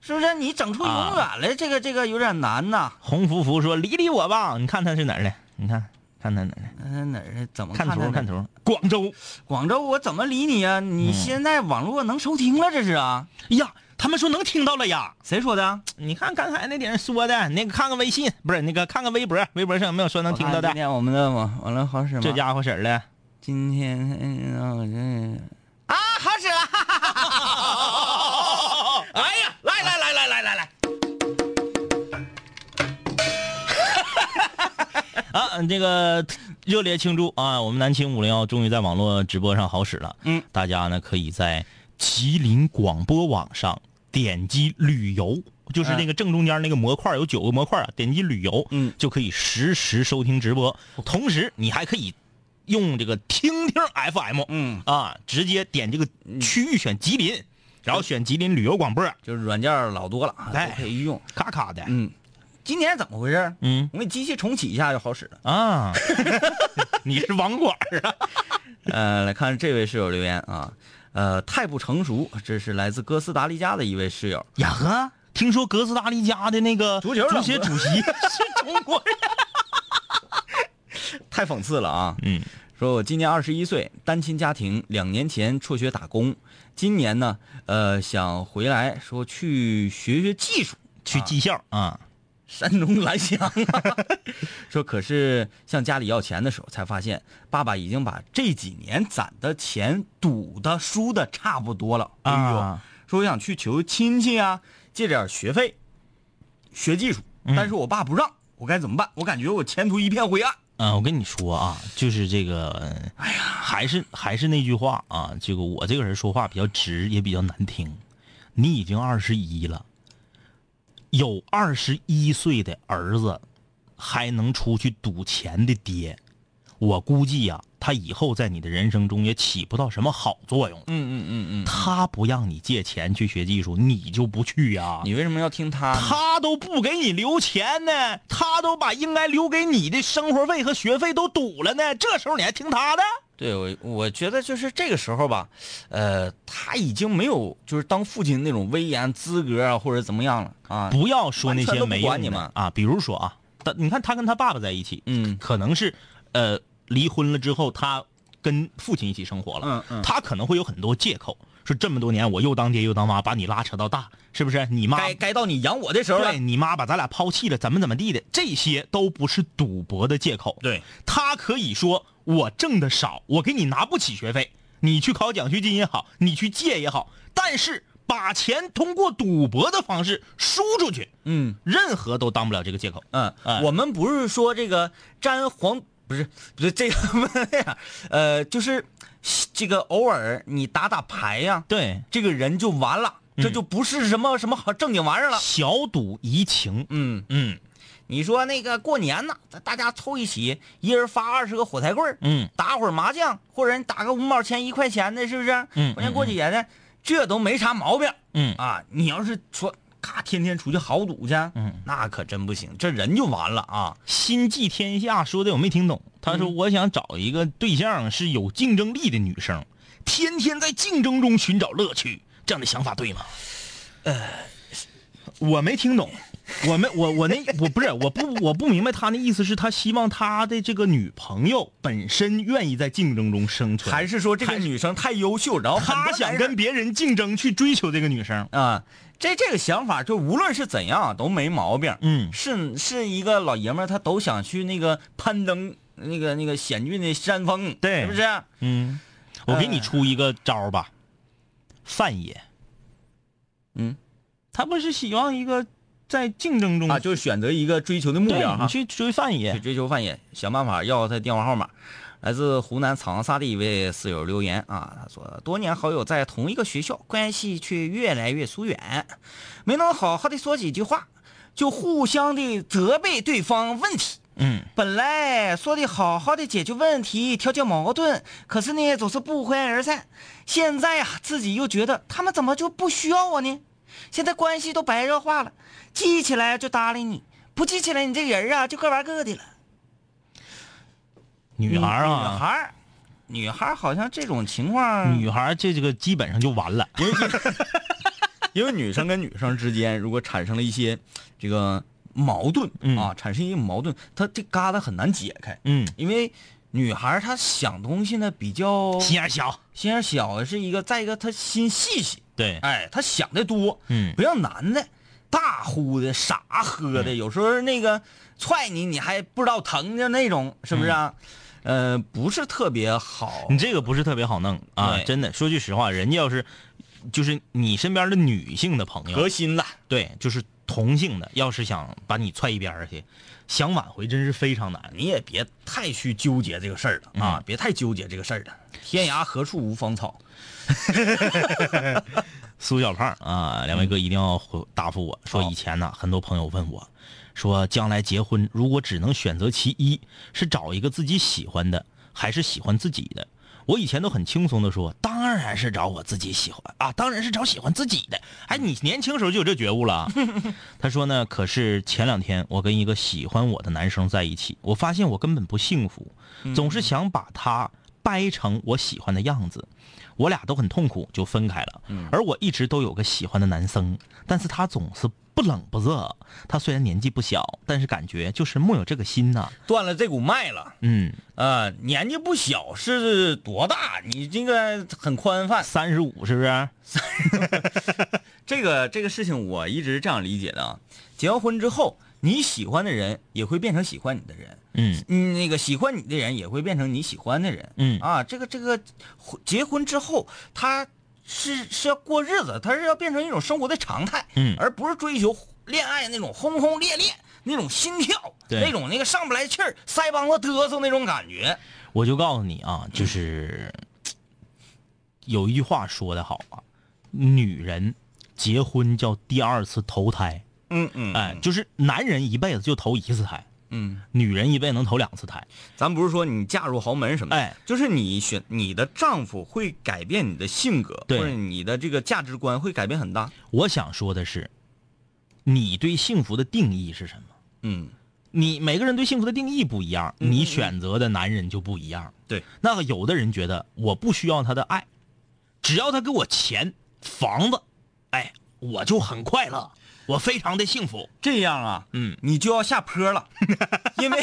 Speaker 3: 是不是？你整出永远来，这个这个有点难呐。
Speaker 1: 红福福说：“理理我吧，你看他是哪儿的？你看，看他哪儿的？
Speaker 3: 嗯、哪儿怎么
Speaker 1: 看
Speaker 3: 看
Speaker 1: 图，看
Speaker 3: 图？
Speaker 1: 图，广州。
Speaker 3: 广州，我怎么理你啊？你现在网络能收听了，这是啊？
Speaker 1: 嗯哎呀，他们说能听到了呀。
Speaker 3: 谁说的啊？
Speaker 1: 你看刚才那顶上说的，那个看看微信，不是那个看看微博，微博上有没有说能听到
Speaker 3: 我看
Speaker 1: 的
Speaker 3: 今？天我们的网网络好使吗？
Speaker 1: 这家伙婶儿的，
Speaker 3: 今天，嗯，我这啊，好使了！哈哈哈哈哈哈哎呀，来来来来来来来，
Speaker 1: [LAUGHS] 啊，这个热烈庆祝啊！我们南青五零幺终于在网络直播上好使了。
Speaker 3: 嗯，
Speaker 1: 大家呢可以在吉林广播网上点击旅游，就是那个正中间那个模块有九个模块啊，点击旅游，
Speaker 3: 嗯
Speaker 1: 就可以实时收听直播。同时，你还可以用这个听听 FM，
Speaker 3: 嗯
Speaker 1: 啊，直接点这个区域选吉林，然后选吉林旅游广播，
Speaker 3: 就是软件儿老多了，
Speaker 1: 哎
Speaker 3: 都可以用。
Speaker 1: 咔咔的，
Speaker 3: 嗯，今年怎么回事？
Speaker 1: 嗯 [LAUGHS]
Speaker 3: 我给机器重启一下就好使了。
Speaker 1: 啊，你是网管儿啊？
Speaker 3: 呃，来看这位室友留言啊，呃，太不成熟，这是来自哥斯达黎加的一位室友。
Speaker 1: 呀呵，听说哥斯达黎加的那个
Speaker 3: 足球
Speaker 1: 足协主席 [LAUGHS] 是中国人。
Speaker 3: 太讽刺了啊！
Speaker 1: 嗯，
Speaker 3: 说我今年二十一岁，单亲家庭，两年前辍学打工，今年呢，呃，想回来说去学学技术，
Speaker 1: 去技校啊，
Speaker 3: 山东蓝翔、 [LAUGHS] 啊。说可是向家里要钱的时候，才发现爸爸已经把这几年攒的钱赌的输的差不多了。哎呦，
Speaker 1: 啊
Speaker 3: 说我想去求亲戚啊，借点学费，学技术，但是我爸不让。我该怎么办？我感觉我前途一片灰暗。
Speaker 1: 嗯、我跟你说啊，就是这个，哎呀，还是还是那句话啊，这个我这个人说话比较直，也比较难听。你已经二十一了，有二十一岁的儿子，还能出去赌钱的爹，我估计呀、他以后在你的人生中也起不到什么好作用。
Speaker 3: 嗯嗯嗯嗯。
Speaker 1: 他不让你借钱去学技术，你就不去呀、
Speaker 3: 啊你为什么要听他呢？
Speaker 1: 他都不给你留钱呢，他都把应该留给你的生活费和学费都堵了呢，这时候你还听他的？
Speaker 3: 对我，我觉得就是这个时候吧，呃，他已经没有就是当父亲那种威严资格啊，或者怎么样了啊。
Speaker 1: 不要说那
Speaker 3: 完全
Speaker 1: 些
Speaker 3: 都不
Speaker 1: 没
Speaker 3: 管
Speaker 1: 用
Speaker 3: 你
Speaker 1: 的
Speaker 3: 们
Speaker 1: 啊，比如说啊，他你看他跟他爸爸在一起，
Speaker 3: 嗯
Speaker 1: 可能是呃离婚了之后，他跟父亲一起生活了，
Speaker 3: 嗯嗯
Speaker 1: 他可能会有很多借口，说这么多年我又当爹又当妈，把你拉扯到大，是不是？你妈
Speaker 3: 该该到你养我的时候了
Speaker 1: 对。啊你妈把咱俩抛弃了，怎么怎么地的，这些都不是赌博的借口。
Speaker 3: 对，
Speaker 1: 他可以说我挣的少，我给你拿不起学费，你去考奖学金也好，你去借也好，但是把钱通过赌博的方式输出去，
Speaker 3: 嗯
Speaker 1: 任何都当不了这个借口。
Speaker 3: 嗯，
Speaker 1: 哎
Speaker 3: 我们不是说这个沾黄不是不是这个 [LAUGHS] 呃，就是这个偶尔你打打牌呀、
Speaker 1: 对，
Speaker 3: 这个人就完了，
Speaker 1: 嗯
Speaker 3: 这就不是什么什么好正经玩意儿了。
Speaker 1: 小赌怡情。
Speaker 3: 嗯，
Speaker 1: 嗯
Speaker 3: 你说那个过年呢，咱大家凑一起，一人发二十个火柴棍儿，
Speaker 1: 嗯，
Speaker 3: 打会儿麻将，或者你打个五毛钱、一块钱的，是不是？
Speaker 1: 嗯
Speaker 3: 过年过节的，这都没啥毛病
Speaker 1: 嗯
Speaker 3: 啊。你要是说咔天天出去豪赌去，
Speaker 1: 嗯，
Speaker 3: 那可真不行，这人就完了啊。
Speaker 1: 心系天下说的我没听懂，他
Speaker 3: 嗯
Speaker 1: 说我想找一个对象是有竞争力的女生，天天在竞争中寻找乐趣，这样的想法对吗？呃，我没听懂，我没我我那我不是我不我不明白他那意思是，他希望他的这个女朋友本身愿意在竞争中生存，
Speaker 3: 还是说这个女生太优秀，然后很多
Speaker 1: 他想
Speaker 3: 男
Speaker 1: 跟
Speaker 3: 人
Speaker 1: 别人竞争去追求这个女生？
Speaker 3: 啊，这这个想法就无论是怎样啊都没毛病。
Speaker 1: 嗯
Speaker 3: 是是一个老爷们儿，他都想去那个攀登那个那个险峻的山峰，
Speaker 1: 对
Speaker 3: 是不是？
Speaker 1: 嗯，我给你出一个招儿吧，范爷。
Speaker 3: 嗯，
Speaker 1: 他不是希望一个在竞争中
Speaker 3: 啊，就是选择一个追求的目
Speaker 1: 对
Speaker 3: 标哈
Speaker 1: 你。去追范
Speaker 3: 去
Speaker 1: 爷。
Speaker 3: 追求范爷，想办法要他电话号码。来自湖南长沙的一位室友留言啊，他说多年好友在同一个学校，关系却越来越疏远，没能好好的说几句话，就互相的责备对方问题。
Speaker 1: 嗯，
Speaker 3: 本来说的好好的解决问题、调解矛盾，可是呢总是不欢而散。现在呀、自己又觉得他们怎么就不需要我呢？现在关系都白热化了，记起来就搭理你，不记起来你这人啊就各玩各的了。
Speaker 1: 女孩儿
Speaker 3: 女
Speaker 1: 啊，
Speaker 3: 孩儿，女孩儿好像这种情况，
Speaker 1: 女孩儿这这个基本上就完了。
Speaker 3: 因为女生跟女生之间如果产生了一些这个矛盾、
Speaker 1: 嗯
Speaker 3: 啊，产生一些矛盾，她这疙瘩很难解开，
Speaker 1: 嗯，
Speaker 3: 因为女孩儿她想东西呢比较
Speaker 1: 嗯心眼儿小。
Speaker 3: 心眼儿小是一个，再一个她心细细，
Speaker 1: 对，
Speaker 3: 哎，她想的多，
Speaker 1: 嗯
Speaker 3: 不像男的。大呼的、傻喝的，有时候那个踹你，你还不知道疼的那种，是不是啊？呃，不是特别好。
Speaker 1: 你这个不是特别好弄啊，
Speaker 3: 对
Speaker 1: 真的。说句实话，人家要是就是你身边的女性的朋友，
Speaker 3: 心了，
Speaker 1: 对，就是同性的，要是想把你踹一边儿去，想挽回真是非常难。
Speaker 3: 你也别太去纠结这个事儿了啊，
Speaker 1: 嗯
Speaker 3: 别太纠结这个事儿了。天涯何处无芳草？
Speaker 1: 苏小胖嗯啊，两位哥一定要回答复我说，
Speaker 3: 好
Speaker 1: 以前呢、很多朋友问我，说将来结婚如果只能选择其一，是找一个自己喜欢的，还是喜欢自己的？我以前都很轻松的说，当然是找我自己喜欢啊，当然是找喜欢自己的。哎，你年轻时候就有这觉悟了 [LAUGHS] 啊。他说呢，可是前两天我跟一嗯个喜欢我的男生在一起，我发现我根本不幸福，总是想把他掰成我喜欢的样子。我俩都很痛苦，就分开了。而我一直都有个喜欢的男生，但是他总是不冷不热。他虽然年纪不小，但是感觉就是木有这个心呐、
Speaker 3: 断了这股脉了。
Speaker 1: 嗯，
Speaker 3: 呃，年纪不小是多大？你这个很宽泛。
Speaker 1: 三十五是不是？
Speaker 3: [LAUGHS] 这个这个事情我一直这样理解的啊，结完婚之后，你喜欢的人也会变成喜欢你的人，
Speaker 1: 嗯
Speaker 3: 嗯，那个喜欢你的人也会变成你喜欢的人，
Speaker 1: 嗯
Speaker 3: 啊，这个这个婚结婚之后，他是是要过日子，他是要变成一种生活的常态，
Speaker 1: 嗯
Speaker 3: 而不是追求恋爱那种轰轰烈烈。那种心跳，
Speaker 1: 对
Speaker 3: 那种那个上不来气儿，腮帮子嘚瑟那种感觉，
Speaker 1: 我就告诉你啊，就是 [SNIFFS] 有一句话说的好啊，女人结婚叫第二次投胎，
Speaker 3: 嗯嗯
Speaker 1: 哎，就是男人一辈子就投一次胎，
Speaker 3: 嗯，
Speaker 1: 女人一辈子能投两次胎。
Speaker 3: 咱不是说你嫁入豪门什么的，
Speaker 1: 哎，
Speaker 3: 就是你选你的丈夫会改变你的性格，
Speaker 1: 对
Speaker 3: 或者你的这个价值观会改变很大。
Speaker 1: 我想说的是，你对幸福的定义是什么？
Speaker 3: 嗯，
Speaker 1: 你每个人对幸福的定义不一样，
Speaker 3: 嗯
Speaker 1: 你
Speaker 3: 嗯
Speaker 1: 选择的男人就不一样。
Speaker 3: 对，
Speaker 1: 那个有的人觉得我不需要他的爱，只要他给我钱、房子，哎，我就很快乐，我非常的幸福。
Speaker 3: 这样啊，
Speaker 1: 嗯，
Speaker 3: 你就要下坡 [LAUGHS] 了，因为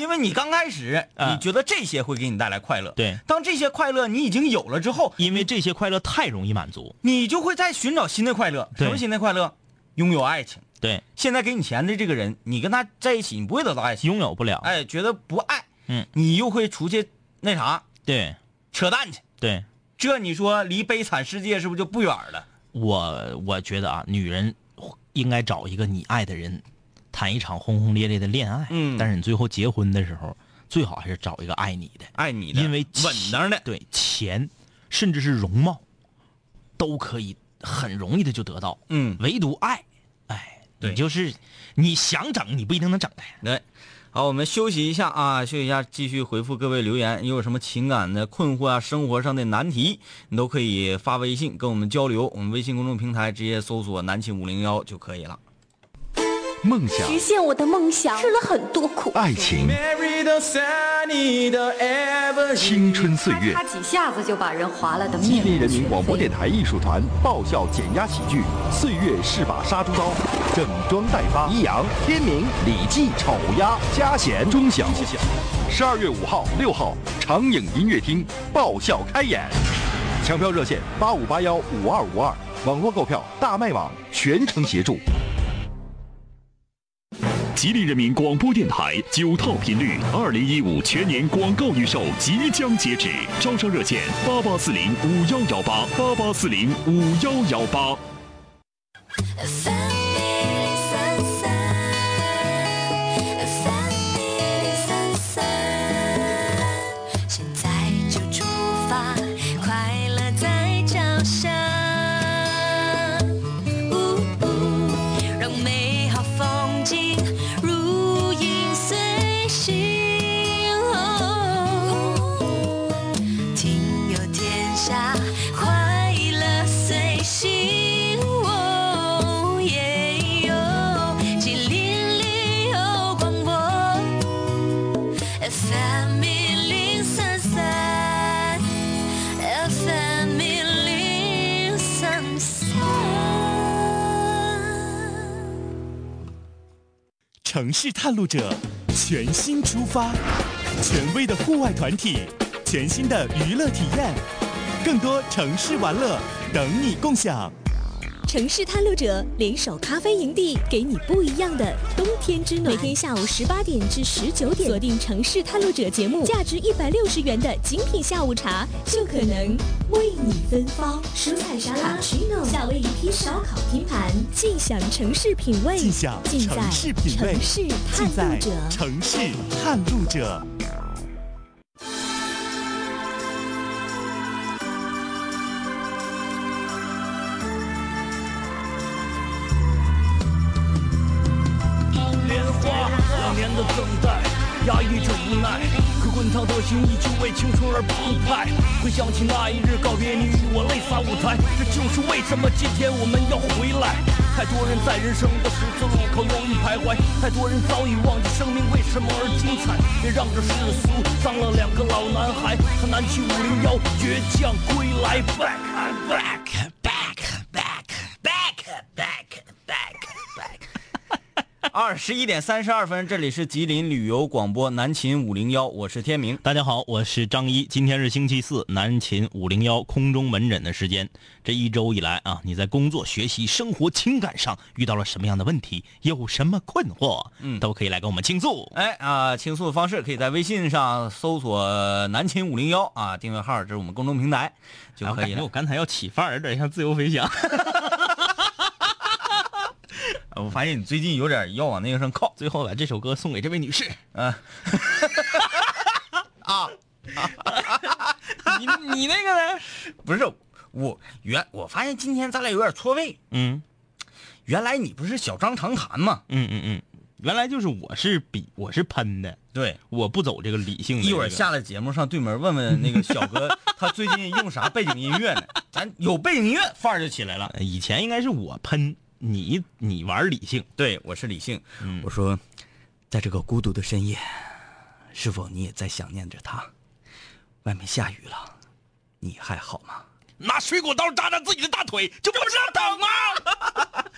Speaker 3: 因为你刚开始
Speaker 1: 啊
Speaker 3: 你觉得这些会给你带来快乐，
Speaker 1: 对
Speaker 3: 当这些快乐你已经有了之后，
Speaker 1: 因为这些快乐太容易满足。
Speaker 3: 你就会再寻找新的快乐。
Speaker 1: 对
Speaker 3: 什么新的快乐？拥有爱情。
Speaker 1: 对，
Speaker 3: 现在给你钱的这个人，你跟他在一起，你不会得到爱情，
Speaker 1: 拥有不了。，
Speaker 3: 哎，觉得不爱，
Speaker 1: 嗯，
Speaker 3: 你又会出去那啥
Speaker 1: 对
Speaker 3: 扯淡去。
Speaker 1: 对，
Speaker 3: 这你说离悲惨世界是不是就不远了？
Speaker 1: 我我觉得啊，女人应该找一个你爱的人，谈一场轰轰烈烈的恋爱。
Speaker 3: 嗯
Speaker 1: 但是你最后结婚的时候，最好还是找一个爱你的，
Speaker 3: 爱你的，
Speaker 1: 因为
Speaker 3: 稳当的，
Speaker 1: 对钱，甚至是容貌，都可以很容易的就得到，
Speaker 3: 嗯，
Speaker 1: 唯独爱，哎，
Speaker 3: 对
Speaker 1: 你就是你想整，你不一定能整来。
Speaker 3: 来，好，我们休息一下啊，休息一下，继续回复各位留言。你有什么情感的困惑啊，生活上的难题，你都可以发微信跟我们交流。我们微信公众平台直接搜索“南秦五零幺”就可以了。
Speaker 2: 梦想、
Speaker 4: 实现我的梦想，吃了很多苦，
Speaker 2: 爱情、青春岁月
Speaker 4: 他。几下子就把人划了的面
Speaker 2: 吉林
Speaker 4: 目
Speaker 2: 人民
Speaker 4: 全
Speaker 2: 广播
Speaker 4: 非
Speaker 2: 电。台艺术团爆笑减压喜剧《岁月是把杀猪刀》，整装待发。易烊天明、李记、丑鸭、嘉贤、钟晓。十二月五号、六号，长影音乐厅爆笑开演。抢票热线八五八幺五二五二，网络购票大麦网全程协助。
Speaker 5: 吉林人民广播电台九套频率，二零一五全年广告预售即将截止，招商热线八八四零五幺幺八八八四零五幺幺八。
Speaker 6: Family Sunset, Family Sunset，现在就出发，快乐在脚下。呜呜，让美好风景如影随形。哦听游天下，快乐随心。哦耶哟，吉林旅游广播，FM 一零三三，FM 一零三三。
Speaker 7: 城市探路者，全新出发，权威的户外团体，全新的娱乐体验，更多城市玩乐等你共享。
Speaker 8: 城市探路者联手咖啡营地，给你不一样的冬天之暖。每天下午十八点至十九点，锁定《城市探路者》节目，价值一百六十元的精品下午茶就可能为你芬芳。蔬菜沙拉、夏威夷披萨、烧烤拼盘，尽享城市品味，
Speaker 7: 尽享
Speaker 8: 尽在
Speaker 7: 城市品味
Speaker 8: 城市
Speaker 7: 尽
Speaker 8: 探
Speaker 7: 在
Speaker 8: 路者。
Speaker 7: 城市探路者。
Speaker 9: 莲花，两年的等待，压抑着无奈，可滚烫的心依旧为青春而澎湃。回想起那一日告别你与我泪洒舞台，这就是为什么今天我们要回来。还太多人在人生的十字路口犹豫徘徊，太多人早已忘记生命为什么而精彩，也让这世俗伤了两个老男孩，他南去五零幺，倔强归来，back I'm back back back back back back back。
Speaker 3: 二十一点三十二分，这里是吉林旅游广播南秦五零幺，我是天明。
Speaker 1: 大家好，我是张一。今天是星期四，南秦五零幺空中门诊的时间。这一周以来啊，你在工作、学习、生活、情感上遇到了什么样的问题？有什么困惑？嗯，都可以来跟我们倾诉。
Speaker 3: 哎啊、倾诉的方式可以在微信上搜索呃“南秦五零幺”啊，订阅号，这是我们公众平台就
Speaker 1: 我
Speaker 3: 可
Speaker 1: 感
Speaker 3: 以
Speaker 1: 觉
Speaker 3: 了
Speaker 1: 我。刚才要起范儿，有点像自由飞翔。
Speaker 3: 呃我发现你最近有点要往那个上靠。
Speaker 1: 最后把这首歌送给这位女士。
Speaker 3: [LAUGHS] 你你那个呢？ [LAUGHS] 不是我原我发现今天咱俩有点错位。
Speaker 1: 嗯
Speaker 3: 原来你不是小张长谈吗？
Speaker 1: 嗯嗯嗯，原来就是我是比我是喷的，
Speaker 3: 对，
Speaker 1: 我不走这个理性的、
Speaker 3: 一会儿下了节目上对门问问那个小 [LAUGHS] 哥，他最近用啥背景音乐呢？咱有背景音乐范儿就起来了。
Speaker 1: 呃。以前应该是我喷你，你玩理性。
Speaker 3: 对，我是理性。我说，在这个孤独的深夜，是否你也在想念着他？外面下雨了，你还好吗？
Speaker 1: 拿水果刀扎扎自己的大腿，这不是等吗？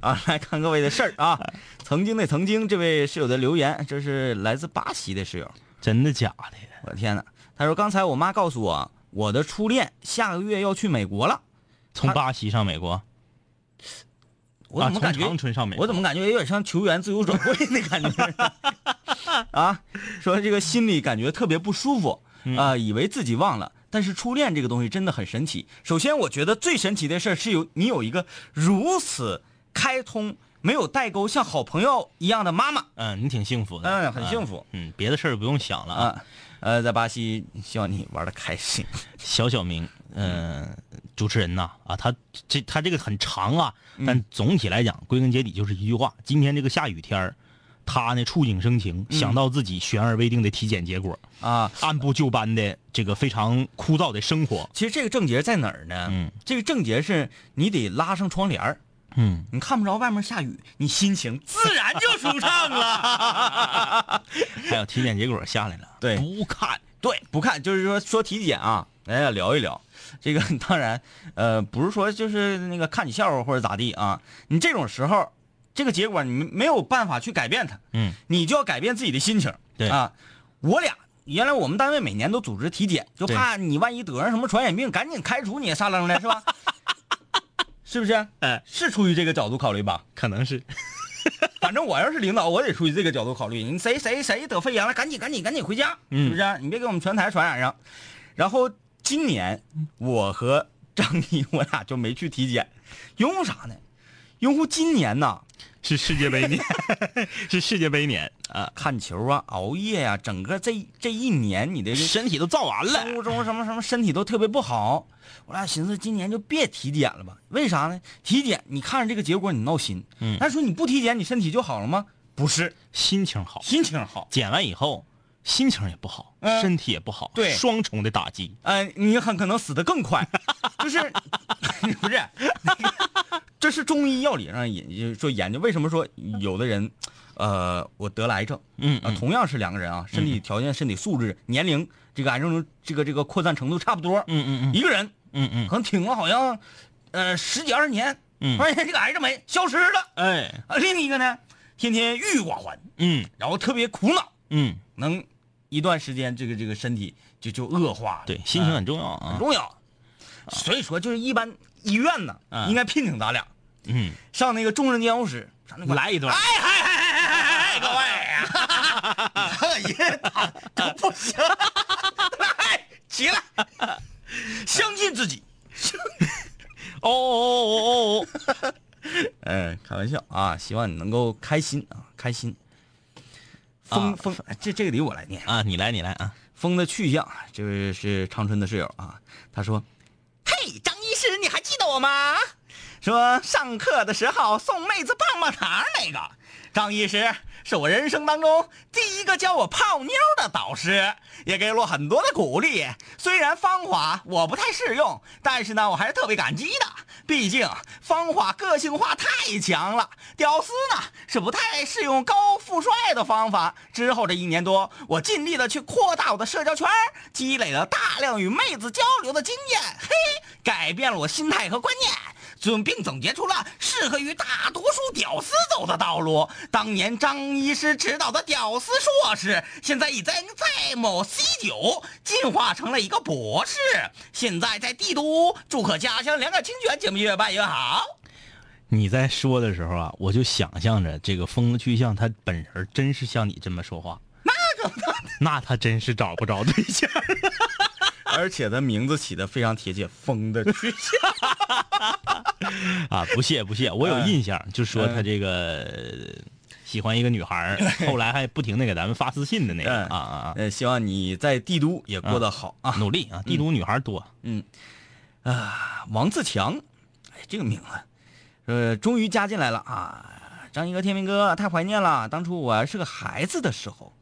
Speaker 3: 啊， [LAUGHS] 来看各位的事儿啊。曾经的曾经，这位室友的留言，这是来自巴西的室友。
Speaker 1: 真的假的呀？
Speaker 3: 我的天哪！他说：“刚才我妈告诉我，我的初恋下个月要去美国了。
Speaker 1: 从
Speaker 3: 他
Speaker 1: 巴西上美国？
Speaker 3: 我
Speaker 1: 啊
Speaker 3: 怎么
Speaker 1: 从
Speaker 3: 感觉、
Speaker 1: 长春上美国
Speaker 3: 我怎么感觉有点像球员自由
Speaker 1: [LAUGHS]
Speaker 3: 转会那感觉啊？说这个心里感觉特别不舒服
Speaker 1: 嗯
Speaker 3: 啊、以为自己忘了。但是初恋这个东西真的很神奇。首先，我觉得最神奇的事儿是有你有一个如此开通、没有代沟、像好朋友一样的妈妈。
Speaker 1: 嗯，你挺幸福的，
Speaker 3: 嗯，很幸
Speaker 1: 福。
Speaker 3: 福
Speaker 1: 嗯，别的事儿不用想了啊。
Speaker 3: 啊。呃，在巴西，希望你玩的开心。
Speaker 1: 小小明，嗯，主持人呐，啊，他这他这个很长啊，但总体来讲，归根结底就是一句话：今天这个下雨天儿，他呢触景生情，想到自己悬而未定的体检结果
Speaker 3: 啊，
Speaker 1: 按部就班的这个非常枯燥的生活，
Speaker 3: 其实这个症结在哪儿呢？
Speaker 1: 嗯，
Speaker 3: 这个症结是你得拉上窗帘儿，
Speaker 1: 嗯，
Speaker 3: 你看不着外面下雨，你
Speaker 1: [LAUGHS]
Speaker 3: 心情自然就舒畅了。
Speaker 1: 还有体检结果下来了，
Speaker 3: 对
Speaker 1: 不看，
Speaker 3: 对，不看就是说说体检啊，咱俩聊一聊。这个当然，呃，不是说就是那个看你笑话或者咋地啊，你这种时候，这个结果你没没有办法去改变它，
Speaker 1: 嗯，
Speaker 3: 你就要改变自己的心情。
Speaker 1: 对
Speaker 3: 啊，我俩原来我们单位每年都组织体检，就
Speaker 1: 对
Speaker 3: 怕你万一得上什么传染病，赶紧开除你也撒楞的是
Speaker 1: [LAUGHS]
Speaker 3: 吧？是不是？
Speaker 1: 哎，
Speaker 3: 是出于这个角度考虑吧。
Speaker 1: 可能是
Speaker 3: [LAUGHS] 反正我要是领导，我得出于这个角度考虑，你谁谁谁得肺炎了，赶紧赶紧赶紧回家，
Speaker 1: 嗯
Speaker 3: 是不是、你别给我们全台传染上。然后今年我和张一我俩就没去体检，因为啥呢？因为今年呐，
Speaker 1: 是世界杯年， [LAUGHS] 是世界杯年啊，
Speaker 3: 看球啊，熬夜呀、整个这这一年你的
Speaker 1: 哎身体都造完了。
Speaker 3: 生物钟什么什么身体都特别不好，我俩寻思今年就别体检了吧？为啥呢？体检你看着这个结果你闹心，
Speaker 1: 嗯
Speaker 3: 但是说你不体检你身体就好了吗？不是，
Speaker 1: 心情好，
Speaker 3: 心情好。
Speaker 1: 减完以后心情也不好，
Speaker 3: 嗯
Speaker 1: 身体也不好，
Speaker 3: 对
Speaker 1: 双重的打击。
Speaker 3: 呃，你很可能死得
Speaker 1: [LAUGHS]
Speaker 3: 更快，就是 [LAUGHS] 不是？ [LAUGHS] 这是中医药理上研说研究，为什么说有的人，呃，我得了癌症，
Speaker 1: 嗯
Speaker 3: 啊，同样是两个人啊，身体条件、身体素质、年龄，这个癌症这个这个扩散程度差不多，
Speaker 1: 嗯嗯嗯
Speaker 3: 一个人
Speaker 1: 嗯嗯，
Speaker 3: 可能挺了好像，呃，十几二十年，
Speaker 1: 嗯
Speaker 3: 发现这个癌症没消失了，
Speaker 1: 哎，
Speaker 3: 啊，另一个呢，天天郁郁寡欢，
Speaker 1: 嗯
Speaker 3: 然后特别苦恼，
Speaker 1: 嗯，
Speaker 3: 能一段时间这个这个身体就就恶化了，
Speaker 1: 对，心情很重要啊
Speaker 3: 很。重要。所以说，就是一般医院呢，
Speaker 1: 嗯
Speaker 3: 应该聘请咱俩
Speaker 1: 嗯，
Speaker 3: 上那个重症监护室，上那块
Speaker 1: 来一段
Speaker 3: 哎嗨嗨嗨嗨嗨嗨，各位啊，可以打都不行，来起来， [LAUGHS] 相信自己。
Speaker 1: 哦哦哦哦
Speaker 3: 哎，开玩笑啊，希望你能够开心啊，开心。风风，这这个得我来念。
Speaker 1: 哦，啊，你来你来啊，
Speaker 3: 风的去向，这位是长春的室友啊，他说：“嘿，张医师，你还记得我吗？说上课的时候送妹子棒棒糖那个，张医师是我人生当中第一个教我泡妞的导师，也给了我很多的鼓励。虽然方法我不太适用，但是呢，我还是特别感激的。毕竟方法个性化太强了，屌丝呢是不太适用高富帅的方法。之后这一年多，我尽力的去扩大我的社交圈，积累了大量与妹子交流的经验，嘿，改变了我心态和观念。总并总结出了适合于大多数屌丝走的道路。当年张医师指导的屌丝硕士，现在已经在某 C 九进化成了一个博士，现在在帝都。祝贺家乡两感清泉节目越办越好。
Speaker 1: 你在说的时候啊，我就想象着这个疯子巨象他本人真是像你这么说话， [LAUGHS] 那他真是找不着对象。而且他名字起的非常贴切，疯的
Speaker 3: [LAUGHS]
Speaker 1: 巨象啊！不屑不屑，我有印象，就说他这个喜欢一个女孩儿，后来还不停的给咱们发私信的那个
Speaker 3: 嗯
Speaker 1: 啊啊
Speaker 3: 呃，希望你在帝都也过得好啊。
Speaker 1: 啊！努力啊，帝都女孩多，
Speaker 3: 啊王自强，哎，这个名字，呃，终于加进来了啊！张一哥、天明哥，太怀念了，当初我还是个孩子的时候，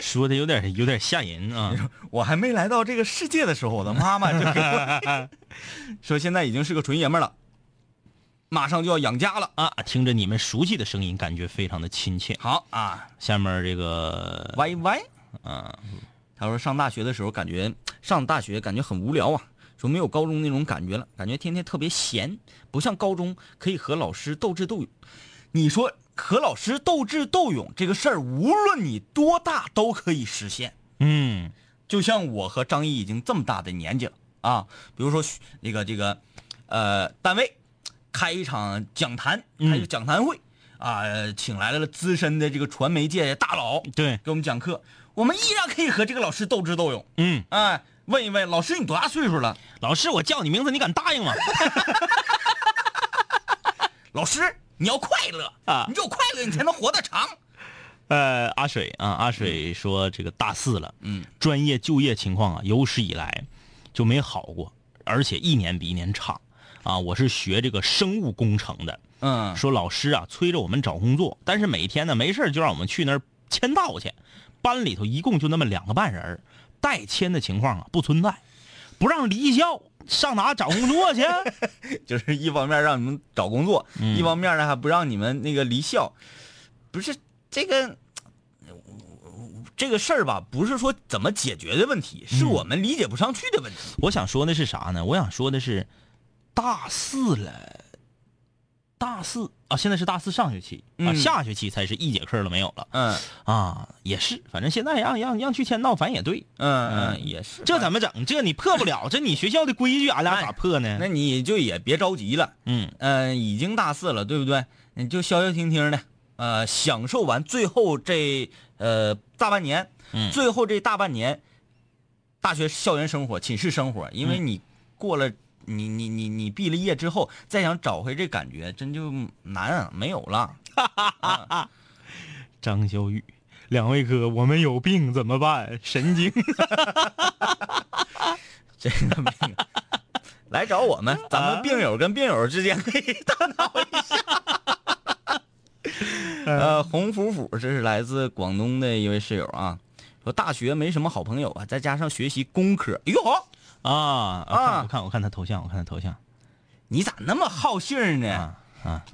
Speaker 1: 说的有点有点吓人啊！
Speaker 3: 我还没来到这个世界的时候，我的妈妈就给我说，现在已经是个纯爷们儿了，马上就要养家了。
Speaker 1: 啊，听着你们熟悉的声音，感觉非常的亲切。
Speaker 3: 好啊
Speaker 1: 下面这个
Speaker 3: ，Y Y，嗯，他说上大学的时候感觉上大学感觉很无聊啊，说没有高中那种感觉了，感觉天天特别闲，不像高中可以和老师斗智斗勇。你说和老师斗智斗勇这个事儿，无论你多大都可以实现。
Speaker 1: 嗯，
Speaker 3: 就像我和张毅已经这么大的年纪了啊，比如说学那个这个，呃，单位开一场讲坛，开一个讲坛会、啊，请来了资深的这个传媒界大佬，
Speaker 1: 对
Speaker 3: 给我们讲课，我们依然可以和这个老师斗智斗勇，
Speaker 1: 嗯，
Speaker 3: 哎，问一问老师你多大岁数了？
Speaker 1: 老师，我叫你名字，你敢答应吗？ [LAUGHS]
Speaker 3: 老师你要快乐
Speaker 1: 啊
Speaker 3: 你只有快乐你才能活得长。
Speaker 1: 呃，阿水啊，阿水说这个大四了，嗯，专业就业情况啊，有史以来就没好过，而且一年比一年差啊。我是学这个生物工程的，
Speaker 3: 嗯，
Speaker 1: 说老师啊催着我们找工作，但是每天呢没事儿就让我们去那儿签到去，班里头一共就那么两个半人儿，代签的情况啊不存在，不让离校，上哪找工作去？ [LAUGHS]
Speaker 3: 就是一方面让你们找工作，一方面呢还不让你们那个离校，不是这个。这个事儿吧，不是说怎么解决的问题，是我们理解不上去的问题。
Speaker 1: 我想说的是啥呢？我想说的是，大四了，大四啊，现在是大四上学期啊，
Speaker 3: 嗯
Speaker 1: 下学期才是一节课都没有了
Speaker 3: 嗯
Speaker 1: 啊，也是，反正现在让让让去签到，反正也对，
Speaker 3: 嗯嗯，也是。
Speaker 1: 这怎么整？这你破不了，这你学校的规矩，俺俩咋破呢
Speaker 3: 那？你就也别着急了，
Speaker 1: 嗯，
Speaker 3: 嗯、已经大四了，对不对？你就消消停停的，呃，享受完最后这呃大半年，
Speaker 1: 嗯
Speaker 3: 最后这大半年，大学校园生活、寝室生活，因为你过了，你你你你毕了业之后，再想找回这感觉，真就难、啊，没有了。
Speaker 1: 张小雨，两位哥，我们有病怎么办？神经。
Speaker 3: 这个病啊来找我们，咱们病友跟病友之间可以大
Speaker 1: [LAUGHS]
Speaker 3: 闹一下。呃，洪福福，这是来自广东的一位室友啊，说大学没什么好朋友啊，再加上学习工科，哎呦，
Speaker 1: [LAUGHS] 啊
Speaker 3: 啊
Speaker 1: 我看我看我看他头像，我看他头像
Speaker 3: 你咋那么好信儿呢？
Speaker 1: 啊
Speaker 3: [LAUGHS]
Speaker 1: 啊，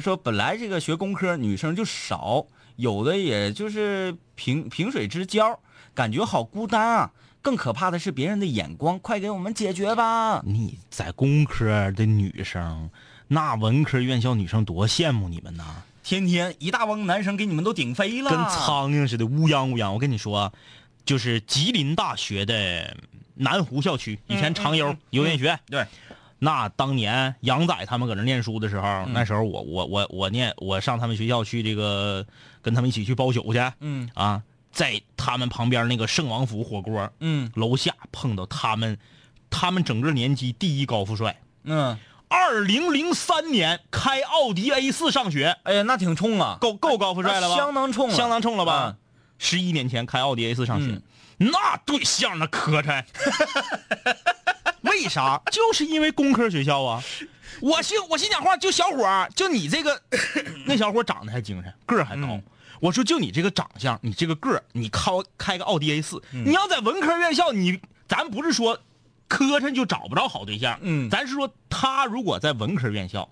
Speaker 3: 说本来这个学工科女生就少，有的也就是萍萍水之交，感觉好孤单啊。更可怕的是别人的眼光，快给我们解决吧！
Speaker 1: 你在工科的女生，那文科院校女生多羡慕你们呐，
Speaker 3: 天天一大帮男生给你们都顶飞了，
Speaker 1: 跟苍蝇似的乌泱乌泱。我跟你说，啊就是吉林大学的南湖校区，以前常优邮电学院。
Speaker 3: 对，
Speaker 1: 那当年杨仔他们搁那念书的时候，那时候我我我我念我上他们学校去这个跟他们一起去包宿去，
Speaker 3: 嗯
Speaker 1: 啊，在他们旁边那个圣王府火锅，
Speaker 3: 嗯
Speaker 1: 楼下碰到他们，他们整个年级第一高富帅。
Speaker 3: 嗯，
Speaker 1: 二零零三年开奥迪 A 四上学，
Speaker 3: 哎呀，那挺冲啊！
Speaker 1: 够够高富帅了吧？
Speaker 3: 那相当冲了
Speaker 1: 相当冲了吧嗯
Speaker 3: 啊？
Speaker 1: 十一年前开奥迪 A 四上学，那对象 [LAUGHS] 那磕碜。为啥？就是因为工科学校啊，我心我心讲话，就小伙儿，就你这 [LAUGHS] 个，那小伙儿长得还精神，个儿还高。我说就你这个长相，你这个个儿，你开开个奥迪 A 四、你要在文科院校，你咱不是说磕碜就找不着好对象，
Speaker 3: 嗯
Speaker 1: 咱是说他如果在文科院校，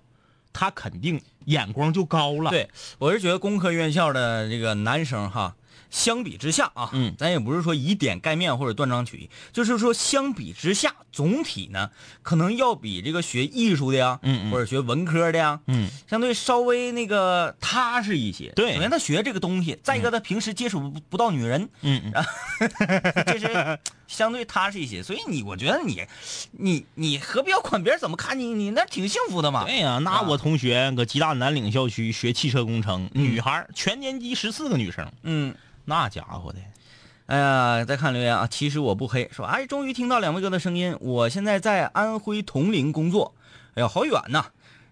Speaker 1: 他肯定眼光就高了。，
Speaker 3: 对，我是觉得工科院校的这个男生哈，相比之下啊，
Speaker 1: 嗯
Speaker 3: 咱也不是说以点盖面或者断章取义，就是说相比之下，总体呢，可能要比这个学艺术的呀，
Speaker 1: 嗯嗯
Speaker 3: 或者学文科的呀，
Speaker 1: 嗯，
Speaker 3: 相对稍微那个踏实一些。
Speaker 1: 对
Speaker 3: 首先他学这个东西，再一个他平时接触不不到女人，
Speaker 1: 嗯嗯，
Speaker 3: [LAUGHS] 这是相对踏实一些。所以你，我觉得你，你你何必要管别人怎么看你？你那挺幸福的嘛。
Speaker 1: 对呀、
Speaker 3: 啊
Speaker 1: 那我同学搁吉大南岭校区学汽车工程，女孩儿全年级十四个女生，
Speaker 3: 嗯。
Speaker 1: 那家伙的，
Speaker 3: 哎呀，再看留言啊，其实我不黑，说哎，终于听到两位哥的声音，我现在在安徽铜陵工作，哎呀，好远呐。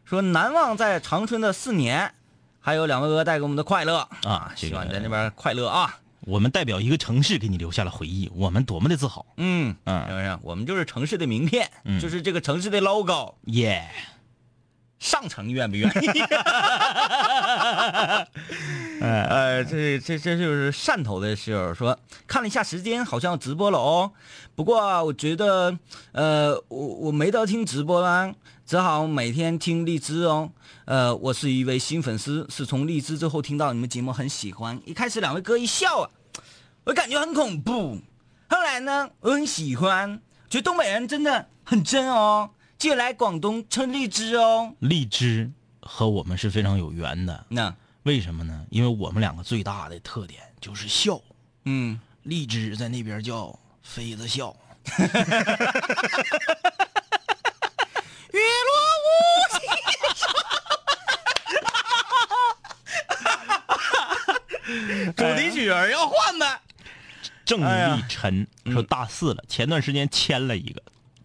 Speaker 3: 说难忘在长春的四年，还有两位哥带给我们的快乐
Speaker 1: 啊这
Speaker 3: 希
Speaker 1: 个
Speaker 3: 望你在那边快乐啊。
Speaker 1: 我们代表一个城市给你留下了回忆，我们多么的自豪！
Speaker 3: 嗯
Speaker 1: 嗯
Speaker 3: 是不是？我们就是城市的名片，
Speaker 1: 嗯
Speaker 3: 就是这个城市的 logo。
Speaker 1: 耶、
Speaker 3: 上层愿不愿意？呃，这这这就是汕头的室友说，看了一下时间，好像直播了哦。不过啊我觉得，呃，我我没得听直播啦，只好每天听荔枝哦。呃，我是一位新粉丝，是从荔枝之后听到你们节目，很喜欢。一开始两位哥一笑啊，我感觉很恐怖。后来呢，我很喜欢，觉得东北人真的很真哦。记得来广东吃荔枝哦。
Speaker 1: 荔枝和我们是非常有缘的，
Speaker 3: 那
Speaker 1: 为什么呢？因为我们两个最大的特点就是笑，
Speaker 3: 嗯，
Speaker 1: 荔枝在那边叫飞子笑。
Speaker 3: [LAUGHS] 主题曲儿要换呗。
Speaker 1: 郑立晨说大四了，前段时间签了一个，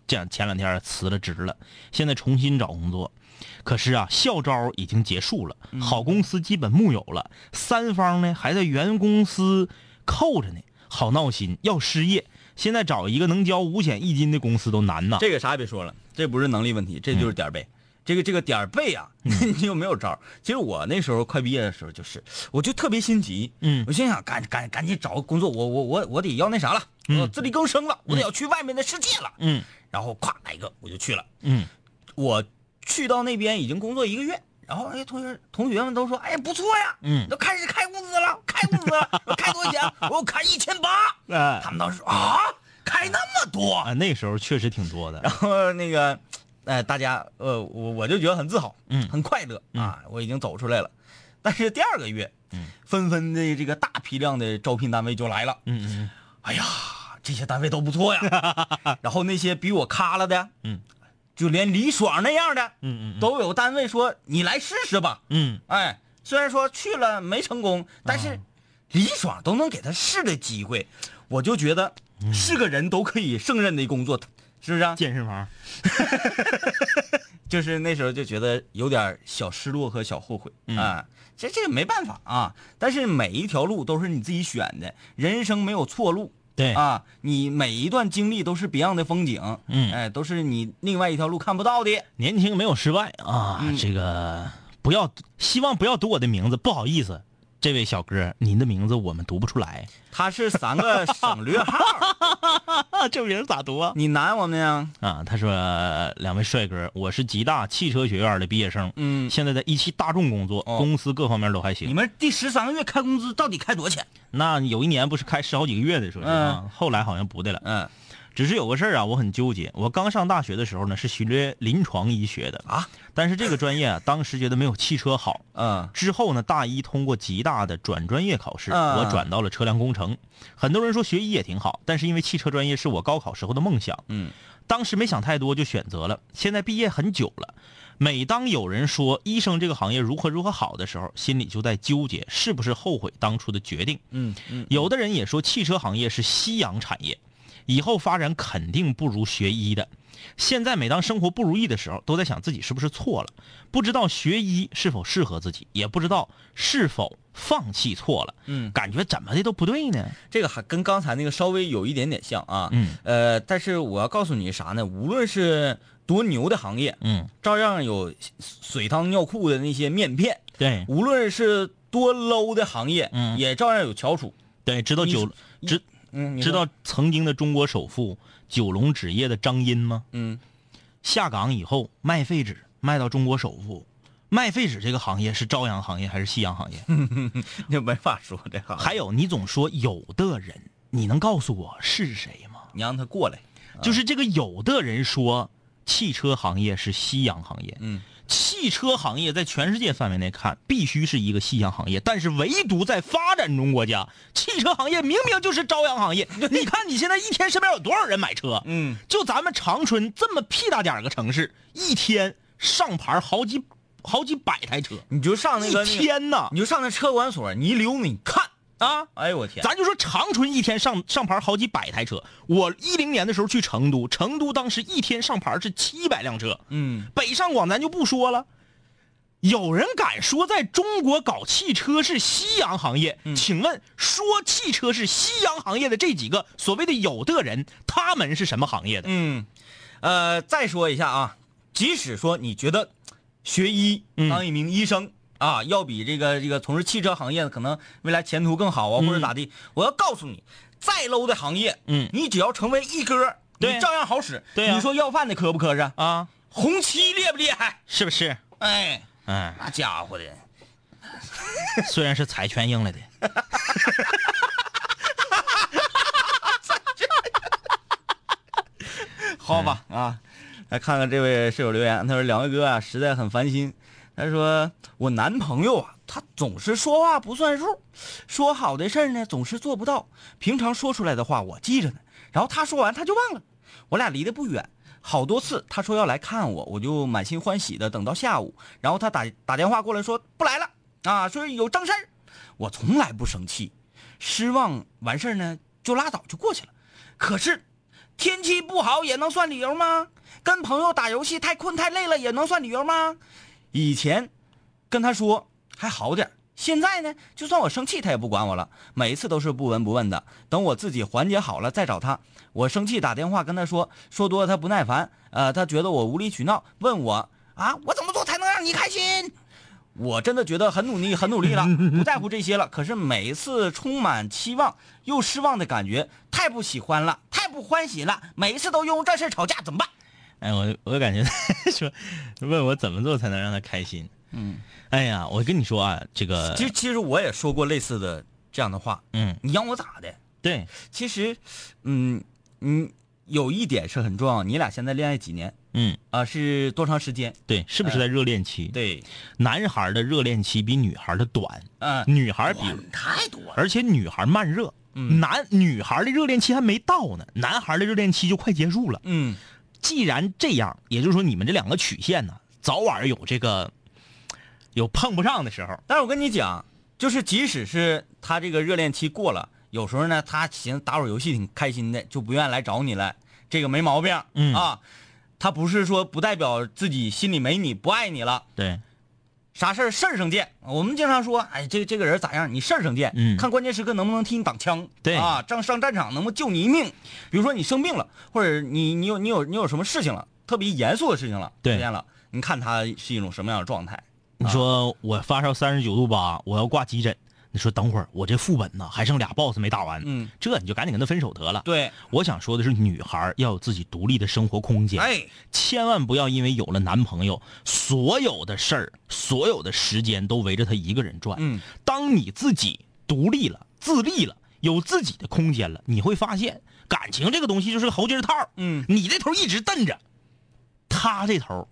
Speaker 1: 这样前两天辞了职了，现在重新找工作。可是啊，校招已经结束了，好公司基本木有了，三方呢还在原公司扣着呢，好闹心，要失业。现在找一个能交五险一金的公司都难呐。
Speaker 3: 这个啥也别说了，这不是能力问题，这就是点儿背。这个这个点儿背啊， [LAUGHS] 你有没有招儿？其实我那时候快毕业的时候就是，我就特别心急，
Speaker 1: 嗯
Speaker 3: 我心想赶赶赶紧找个工作，我我我我得要那啥了，我自力更生了，我得要去外面的世界了，
Speaker 1: 嗯
Speaker 3: 然后咵来一个我就去了，
Speaker 1: 嗯，
Speaker 3: 我去到那边已经工作一个月，然后哎，同学同学们都说，哎呀不错呀，
Speaker 1: 嗯
Speaker 3: 都开始开工资了，开工资了，
Speaker 1: [LAUGHS]
Speaker 3: 我开多少钱？我说我开一千八，
Speaker 1: 哎
Speaker 3: 他们当时说啊，开那么多
Speaker 1: 啊，那时候确实挺多的
Speaker 3: 然。后那个，呃，大家，呃，我我就觉得很自豪，
Speaker 1: 嗯
Speaker 3: 很快乐啊，我已经走出来了。但是第二个月，嗯，纷纷的这个大批量的招聘单位就来了，
Speaker 1: 嗯嗯
Speaker 3: 哎呀，这些单位都不错呀。
Speaker 1: [LAUGHS]
Speaker 3: 然后那些比我咖了的，
Speaker 1: 嗯，
Speaker 3: 就连李爽那样的，
Speaker 1: 嗯嗯嗯
Speaker 3: 都有单位说你来试试吧。
Speaker 1: 嗯，
Speaker 3: 哎，虽然说去了没成
Speaker 1: 啊
Speaker 3: 功，但是李爽都能给他试的机会，我就觉得
Speaker 1: 嗯
Speaker 3: 是个人都可以胜任的工作，是不是、啊？
Speaker 1: 健身房。
Speaker 3: 就是那时候就觉得有点小失落和小后悔、
Speaker 1: 嗯
Speaker 3: 啊，这这没办法啊。但是每一条路都是你自己选的，人生没有错路。
Speaker 1: 对
Speaker 3: [LAUGHS] 啊，你每一段经历都是别样的风景，
Speaker 1: 嗯
Speaker 3: 哎，都是你另外一条路看不到的。
Speaker 1: 年轻没有失败啊，
Speaker 3: 嗯
Speaker 1: 这个不要，希望不要读我的名字，不好意思，这位小哥，您的名字我们读不出来
Speaker 3: 它是三个省略 [LAUGHS] 号，
Speaker 1: 啊， [LAUGHS] 这名咋读啊？
Speaker 3: 你难我们呀？
Speaker 1: 啊，他说两位帅哥，我是吉大汽车学院的毕业生，
Speaker 3: 嗯
Speaker 1: 现在在一汽大众工作，
Speaker 3: 哦
Speaker 1: 公司各方面都还
Speaker 3: 你
Speaker 1: 行。
Speaker 3: 们第十三个月开工资到底开多少钱？
Speaker 1: 那有一年不是开十好几个月的说是啊，后来好像不的了。
Speaker 3: 嗯
Speaker 1: 只是有个事儿啊，我很纠结。我刚上大学的时候呢，是学临床医学的
Speaker 3: 啊，
Speaker 1: 但是这个专业啊，当时觉得没有汽车好，
Speaker 3: 嗯
Speaker 1: 之后呢，大一通过吉大的转专业考试，
Speaker 3: 啊
Speaker 1: 我转到了车辆工程。很多人说学医也挺好，但是因为汽车专业是我高考时候的梦想，
Speaker 3: 嗯，
Speaker 1: 当时没想太多就选择了。现在毕业很久了，每当有人说医生这个行业如何如何好的时候，心里就在纠结是不是后悔当初的决定。
Speaker 3: 嗯嗯，
Speaker 1: 有的人也说汽车行业是夕阳产业，以后发展肯定不如学医的。现在每当生活不如意的时候，都在想自己是不是错了，不知道学医是否适合自己，也不知道是否放弃错了。
Speaker 3: 嗯
Speaker 1: 感觉怎么的都不对呢。
Speaker 3: 这个还跟刚才那个稍微有一点点像啊。
Speaker 1: 嗯。
Speaker 3: 呃，但是我要告诉你啥呢？无论是多牛的行业，
Speaker 1: 嗯，
Speaker 3: 照样有水汤尿裤的那些面片；
Speaker 1: 对
Speaker 3: 无论是多 low 的行业，
Speaker 1: 嗯
Speaker 3: 也照样有翘楚。
Speaker 1: 对，知道
Speaker 3: 你
Speaker 1: 九知
Speaker 3: 嗯，你 [LAUGHS]
Speaker 1: 知
Speaker 3: 说
Speaker 1: 道曾经的中国首富九龙纸业的张欣吗？
Speaker 3: 嗯，
Speaker 1: 下岗以后卖废纸，卖到中国首富。卖废纸这个行业是朝阳行业还是夕阳行业？
Speaker 3: 这没法说这行业。
Speaker 1: 还有，你总说有的人，你能告诉我是谁吗？
Speaker 3: [LAUGHS] 你让他过来，
Speaker 1: 就是这个有的人说汽车行业是夕阳行业，
Speaker 3: 嗯，
Speaker 1: 汽车行业在全世界范围内看必须是一个夕阳行业，但是唯独在发展中国家，汽车行业明明就是朝阳
Speaker 3: [LAUGHS]
Speaker 1: 行业。你看你现在一天身边有多少人买车？
Speaker 3: 嗯，
Speaker 1: 就咱们长春这么屁大点儿个城市，一天上牌好几好几百台车，
Speaker 3: 你就上那个
Speaker 1: 一
Speaker 3: 那个，
Speaker 1: 天呐，
Speaker 3: 你就上那车管所，你一溜你看啊！哎呦我天，
Speaker 1: 咱就说长春一天上上牌好几百台车。我一零年的时候去成都，成都当时一天上牌是七百辆车。
Speaker 3: 嗯，
Speaker 1: 北上广咱就不说了。有人敢说在中国搞汽车是夕阳行业？请问说汽车是夕阳行业的这几个所谓的有的人，他们是什么行业的？
Speaker 3: 嗯，呃，再说一下啊，即使说你觉得学医
Speaker 1: 嗯
Speaker 3: 当一名医生、啊，要比这个这个从事汽车行业可能未来前途更好啊，或者咋地，我要告诉你，再 low 的行业，
Speaker 1: 嗯
Speaker 3: 你只要成为一哥，
Speaker 1: 对
Speaker 3: 你照样好使。
Speaker 1: 对啊
Speaker 3: 你说要饭的磕不磕碜？
Speaker 1: 啊，
Speaker 3: 红旗厉不厉害？
Speaker 1: 是不是？
Speaker 3: 哎，
Speaker 1: 哎，
Speaker 3: 那家伙的，
Speaker 1: 虽然是财圈硬 [LAUGHS] 来的，
Speaker 3: [LAUGHS] 好吧、啊，来看看这位室友留言，他说两位哥啊，实在很烦心。他说我男朋友啊，他总是说话不算数，说好的事儿呢总是做不到，平常说出来的话我记着呢，然后他说完他就忘了。我俩离得不远，好多次他说要来看我，我就满心欢喜的等到下午，然后他打打电话过来说不来了啊，说有正事儿。我从来不生气，失望完事儿呢就拉倒就过去了。可是天气不好也能算理由吗？跟朋友打游戏太困太累了也能算理由吗？以前跟他说还好点儿现在呢，就算我生气他也不管我了，每次都是不闻不问的。等我自己缓解好了再找他。我生气打电话跟他说，说多了他不耐烦，呃，他觉得我无理取闹，问我啊，我怎么做才能让你开心？我真的觉得很努力，很努力了，不在乎这些了。可是每一次充满期望又失望的感觉，太不喜欢了，太不欢喜了。每一次都因为这事儿吵架，怎么办？
Speaker 1: 哎，我我感觉 [LAUGHS] 说问我怎么做才能让他开心。嗯，哎呀，我跟你说啊，这个
Speaker 3: 其实其实我也说过类似的这样的话，
Speaker 1: 嗯，
Speaker 3: 你让我咋的？
Speaker 1: 对，
Speaker 3: 其实，嗯嗯，有一点是很重要，你俩现在恋爱几年
Speaker 1: 嗯，
Speaker 3: 啊、是多长时间？
Speaker 1: 对，是不是在热恋期？
Speaker 3: 对，
Speaker 1: 男孩的热恋期比女孩的短，
Speaker 3: 嗯、
Speaker 1: 女孩比，
Speaker 3: 太多了。
Speaker 1: 而且女孩慢热，男女孩的热恋期还没到呢，男孩的热恋期就快结束了。
Speaker 3: 嗯，
Speaker 1: 既然这样，也就是说你们这两个曲线呢，早晚有这个有碰不上的时候。
Speaker 3: 但是我跟你讲，就是即使是他这个热恋期过了，有时候呢，他寻思打会儿游戏挺开心的，就不愿意来找你了，这个没毛病。
Speaker 1: 嗯
Speaker 3: 啊，他不是说不代表自己心里没你不爱你了，
Speaker 1: 对，
Speaker 3: 啥事儿事儿上见。我们经常说，哎，这这个人咋样？你事儿上见，
Speaker 1: 嗯
Speaker 3: 看关键时刻能不能替你挡枪，
Speaker 1: 对
Speaker 3: 啊，上上战场能不能救你一命。比如说你生病了，或者你你有你有你有什么事情了，特别严肃的事情了，
Speaker 1: 对
Speaker 3: 出现了，你看他是一种什么样的状态？
Speaker 1: 你说我发烧三十九度八，我要挂急诊，你说等会儿我这副本呢还剩俩 boss 没打完，
Speaker 3: 嗯，
Speaker 1: 这你就赶紧跟他分手得了。
Speaker 3: 对，
Speaker 1: 我想说的是，女孩要有自己独立的生活空间。
Speaker 3: 哎，
Speaker 1: 千万不要因为有了男朋友，所有的事儿、所有的时间都围着他一个人转。
Speaker 3: 嗯，
Speaker 1: 当你自己独立了、自立了，有自己的空间了，你会发现感情这个东西就是个猴筋儿套。
Speaker 3: 嗯，
Speaker 1: 你这头一直瞪着，他这头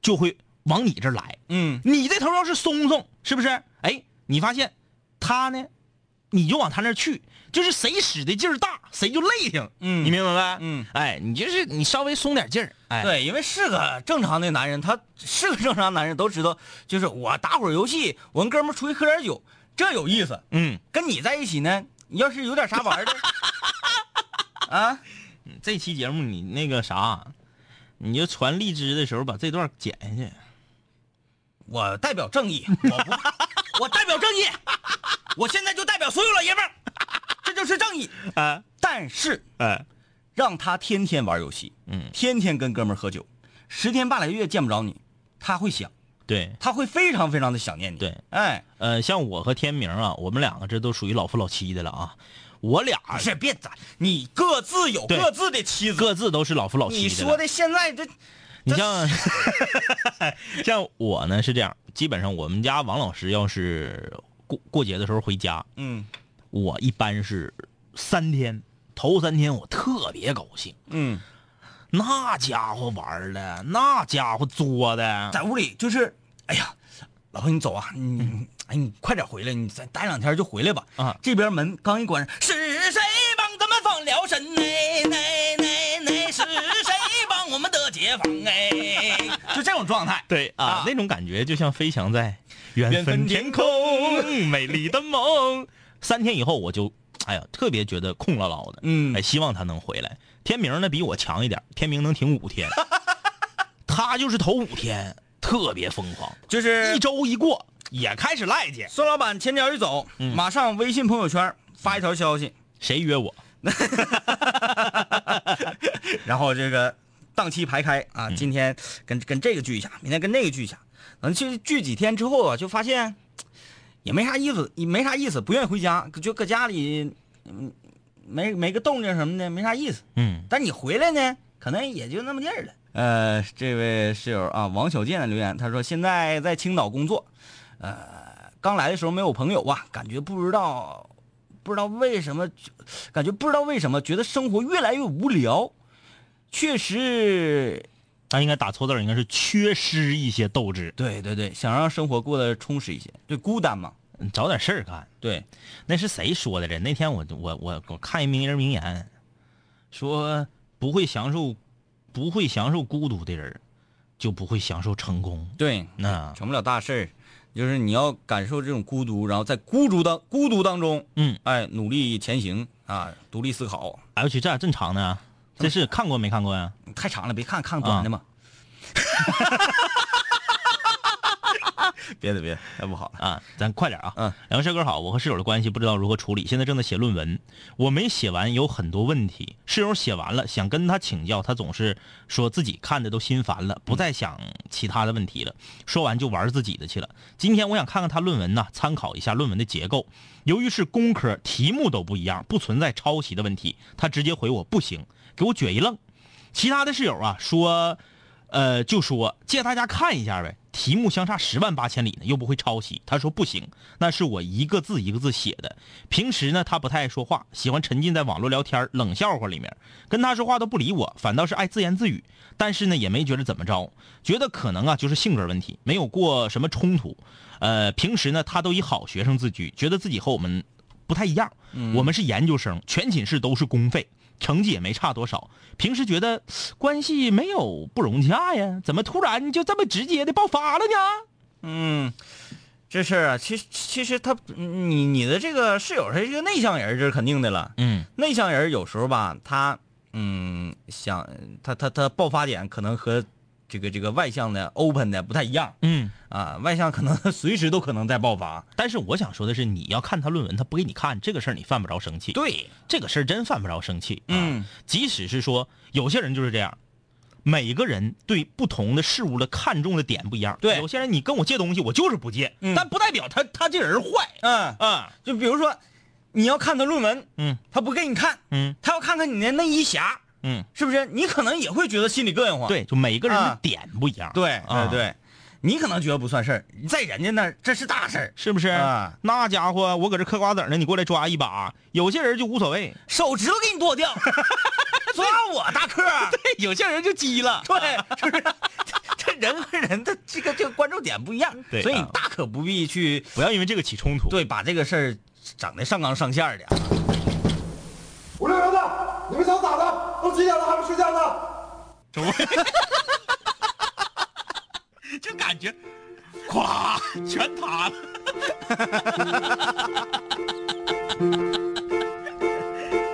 Speaker 1: 就会往你这儿来。
Speaker 3: 嗯
Speaker 1: 你这头要是松松，是不是？哎，你发现他呢，你就往他那儿去，就是谁使的劲儿大，谁就累挺。
Speaker 3: 嗯
Speaker 1: 你明白没？
Speaker 3: 嗯，
Speaker 1: 哎，你就是你稍微松点劲儿，哎，，
Speaker 3: 对，因为是个正常的男人，他是个正常男人，都知道，就是我打会儿游戏，我跟哥们儿出去喝点酒，这有意思。
Speaker 1: 嗯，
Speaker 3: 跟你在一起呢，你要是有点啥玩儿的，啊，
Speaker 1: 这期节目你那个啥，你就传荔枝的时候把这段剪下去。
Speaker 3: 我代表正义，我不，我代表正义，我现在就代表所有老爷们儿，这就是正义。
Speaker 1: [LAUGHS] 啊，
Speaker 3: 但是
Speaker 1: 哎，
Speaker 3: 让他天天玩游戏，
Speaker 1: 嗯
Speaker 3: 天天跟哥们儿喝酒，十天半个月见不着你，他会想，
Speaker 1: 对，
Speaker 3: 他会非常非常的想念你。
Speaker 1: 对，
Speaker 3: 哎，
Speaker 1: 呃，像我和天明啊，我们两个这都属于老夫老妻的了啊。我俩
Speaker 3: 不是别咋，你各自有
Speaker 1: 对
Speaker 3: 各自的妻子。
Speaker 1: 各自都是老夫老妻
Speaker 3: 你
Speaker 1: 的。
Speaker 3: 说，的现在这，
Speaker 1: 你像 [LAUGHS] 像我呢是这样，基本上我们家王老师要是过过节的时候回家，
Speaker 3: 嗯
Speaker 1: 我一般是三天，头三天我特别高兴，
Speaker 3: 嗯，
Speaker 1: 那家伙玩的，那家伙作的，
Speaker 3: 在屋里就是，哎呀，老婆你走啊，你哎你快点回来，你再待两天就回来吧。
Speaker 1: 啊
Speaker 3: 这边门刚一关上，是谁帮咱们放了神呢？哎哎哎，是谁帮我们的解放？哎，就这种状态。
Speaker 1: 对啊
Speaker 3: 啊
Speaker 1: 那种感觉就像飞翔 [LAUGHS] 在缘分天空，美丽的梦。三天以后我就，哎呀，特别觉得空落落的，
Speaker 3: 嗯
Speaker 1: 哎，希望他能回来。天明呢比我强一点，天明能挺五天，他就是头五天特别疯狂，
Speaker 3: 就是
Speaker 1: 一周一过嗯也开始赖去，
Speaker 3: 孙老板前脚一走，马上微信朋友圈发一条消息，
Speaker 1: 谁约我？
Speaker 3: 然后这个档期排开啊，今天跟跟这个聚一下，明天跟那个聚一下，嗯，就聚几天之后啊，就发现也没啥意思，也没啥意思，不愿意回家，就搁家里，嗯，没没个动静什么的，没啥意思。
Speaker 1: 嗯，
Speaker 3: 但你回来呢，可能也就那么地儿了。呃，这位室友啊，王小健的留言，他说现在在青岛工作，呃，刚来的时候没有朋友啊，感觉不知道，不知道为什么，感觉不知道为什么，觉得生活越来越无聊。确实，
Speaker 1: 他应该打错字儿，应该是缺失一些斗志，
Speaker 3: 对对对，想让生活过得充实一些，对孤单嘛，
Speaker 1: 嗯找点事儿干。
Speaker 3: 对，
Speaker 1: 那是谁说的这？那天我我我我看一名人名言，说不会享受，不会享受孤独的人，就不会享受成功。
Speaker 3: 对，
Speaker 1: 那
Speaker 3: 成不了大事儿，就是你要感受这种孤独，然后在孤独当孤独当中，
Speaker 1: 嗯，
Speaker 3: 哎，努力前行啊，独立思考。
Speaker 1: 哎我去，这咋这么长呢？这是看过没看过呀、
Speaker 3: 太长了，别看看短的嘛。别的别的，太不好了。
Speaker 1: 啊？咱快点啊！
Speaker 3: 嗯，
Speaker 1: 两位帅哥好，我和室友的关系不知道如何处理，现在正在写论文，我没写完，有很多问题。室友写完了，想跟他请教，他总是说自己看的都心烦了，不再想其他的问题了，说完就玩自己的去了。今天我想看看他论文呢，参考一下论文的结构。由于是工科，题目都不一样，不存在抄袭的问题。他直接回我不行，给我撅一愣。其他的室友啊说，呃，就说借大家看一下呗，题目相差十万八千里呢，又不会抄袭。他说不行，那是我一个字一个字写的。平时呢，他不太爱说话，喜欢沉浸在网络聊天、冷笑话里面，跟他说话都不理我，反倒是爱自言自语。但是呢，也没觉得怎么着，觉得可能啊就是性格问题，没有过什么冲突。呃，平时呢，他都以好学生自居，觉得自己和我们不太一样。我们是研究生，全寝室都是公费，成绩也没差多少。平时觉得嘶关系没有不融洽呀，怎么突然就这么直接的爆发了呢？
Speaker 3: 嗯，这事儿啊，其实其实他嗯你你的这个室友他是一个内向人，这是肯定的了。
Speaker 1: 嗯，
Speaker 3: 内向人有时候吧，他嗯想他他他爆发点可能和这个这个外向的 open 的不太一样
Speaker 1: 嗯，
Speaker 3: 啊，外向可能 [LAUGHS] 随时都可能在爆发。
Speaker 1: 但是我想说的是，你要看他论文，他不给你看这个事儿，你犯不着生气。，
Speaker 3: 对，
Speaker 1: 这个事儿真犯不着生气。啊
Speaker 3: 嗯，
Speaker 1: 即使是说有些人就是这样，每个人对不同的事物的看重的点不一样。
Speaker 3: 对
Speaker 1: 有些人你跟我借东西，我就是不借，
Speaker 3: 嗯
Speaker 1: 但不代表他他这人坏。
Speaker 3: 嗯，
Speaker 1: 啊，
Speaker 3: 就比如说你要看他论文，
Speaker 1: 嗯
Speaker 3: 他不给你看，
Speaker 1: 嗯
Speaker 3: 他要看看你的内衣匣。
Speaker 1: 嗯，
Speaker 3: 是不是？你可能也会觉得心里膈应慌。
Speaker 1: 对，就每个人的
Speaker 3: 啊
Speaker 1: 点不一样。
Speaker 3: 对
Speaker 1: 啊
Speaker 3: 对对，你可能觉得不算事儿，在人家那儿这是大事儿，
Speaker 1: 是不是？
Speaker 3: 啊
Speaker 1: 那家伙，我搁这嗑瓜子儿呢，你过来抓一把。啊有些人就无所谓，
Speaker 3: 手指头给你
Speaker 10: [LAUGHS]
Speaker 3: 剁掉，抓我大个儿。
Speaker 1: 有些人就急了。
Speaker 3: 对， [LAUGHS] 是不是？这人和人的这个这个关注点不一样，
Speaker 1: 对
Speaker 3: 所以你
Speaker 1: 啊
Speaker 3: 大可不必去
Speaker 1: 不要因为这个起冲突。，
Speaker 3: 对把这个事儿整的上纲上线儿的。
Speaker 11: 五六零的，你们想咋的？都几点了还不睡觉呢？
Speaker 1: 就感觉，咵，全塌了。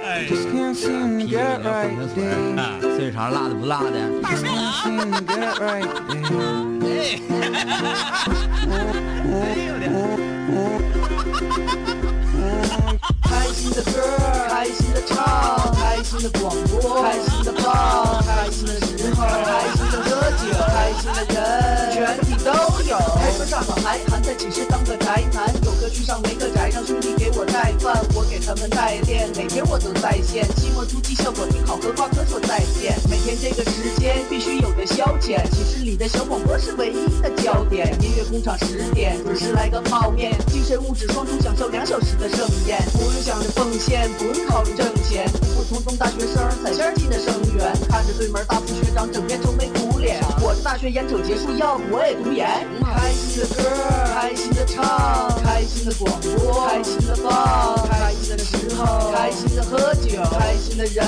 Speaker 1: 哎
Speaker 3: 哎，皮也混着水儿啊，碎肠辣的不辣的。
Speaker 12: 开心的歌，开心的唱，开心的广播，开心的放，开心的时候，开心的喝酒，开心的人，全体都有。还说上网还含在只是当个宅男，有个去上没个宅，让兄弟给我带饭，我给他们带练，每天我都在线，期末突击效果挺好，和瓜哥说再见。每天这个时间必须有的消遣，寝室里的小广播是唯一的焦点，音乐工厂十点准时来个泡面，精神物质双重享受两小时的盛宴，不用想着奉献，不用考虑挣钱，普普通通大学生在线进的生源，看着对门大四学长整天愁眉苦脸，我的大学研究结束，要不我也读研。开心的歌，开心的唱，开心的广播，开心的放，开心的时候，开心的喝酒，开心的人，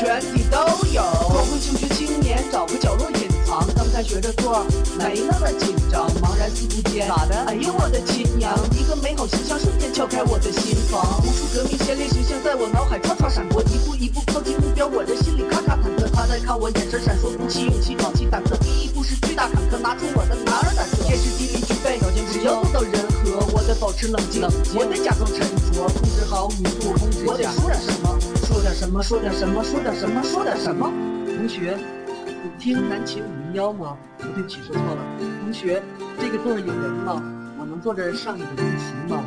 Speaker 12: 全体都有。光辉求学青年，找个角落隐藏，刚才学着做，没那么紧张，茫然四顾间，咋的？哎呦我的亲娘！一个美好形象瞬间敲开我的心房，无数革命先烈形象在我脑海唰唰闪过，一步一步靠近目标，我的心里咔咔忐忑，他在看我眼神闪烁，鼓起勇气，壮起胆子，第一步是巨大坎坷，拿出我的男儿胆色，天时地利具备，只要做到人和，我得保持冷静，我得假装沉着，控制好语速，我得说点什么，说点什么，说点什么，说点什么，说点什么。同学，你听南琴五零幺吗？对不起，说错了。同学，这个座儿有人吗？我能坐这儿上一个星期吗？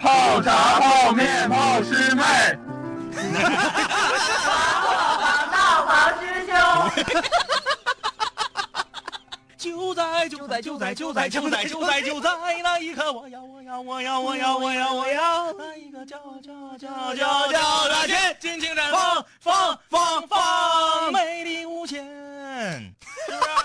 Speaker 11: 泡茶、泡面、泡师妹。
Speaker 12: 大王师兄，
Speaker 10: 就在就在就在就在就在就在就在那一刻，我要我要我要我要我要我要那一个叫叫叫叫叫大天，尽情绽放放放放，美丽无限。是不是啊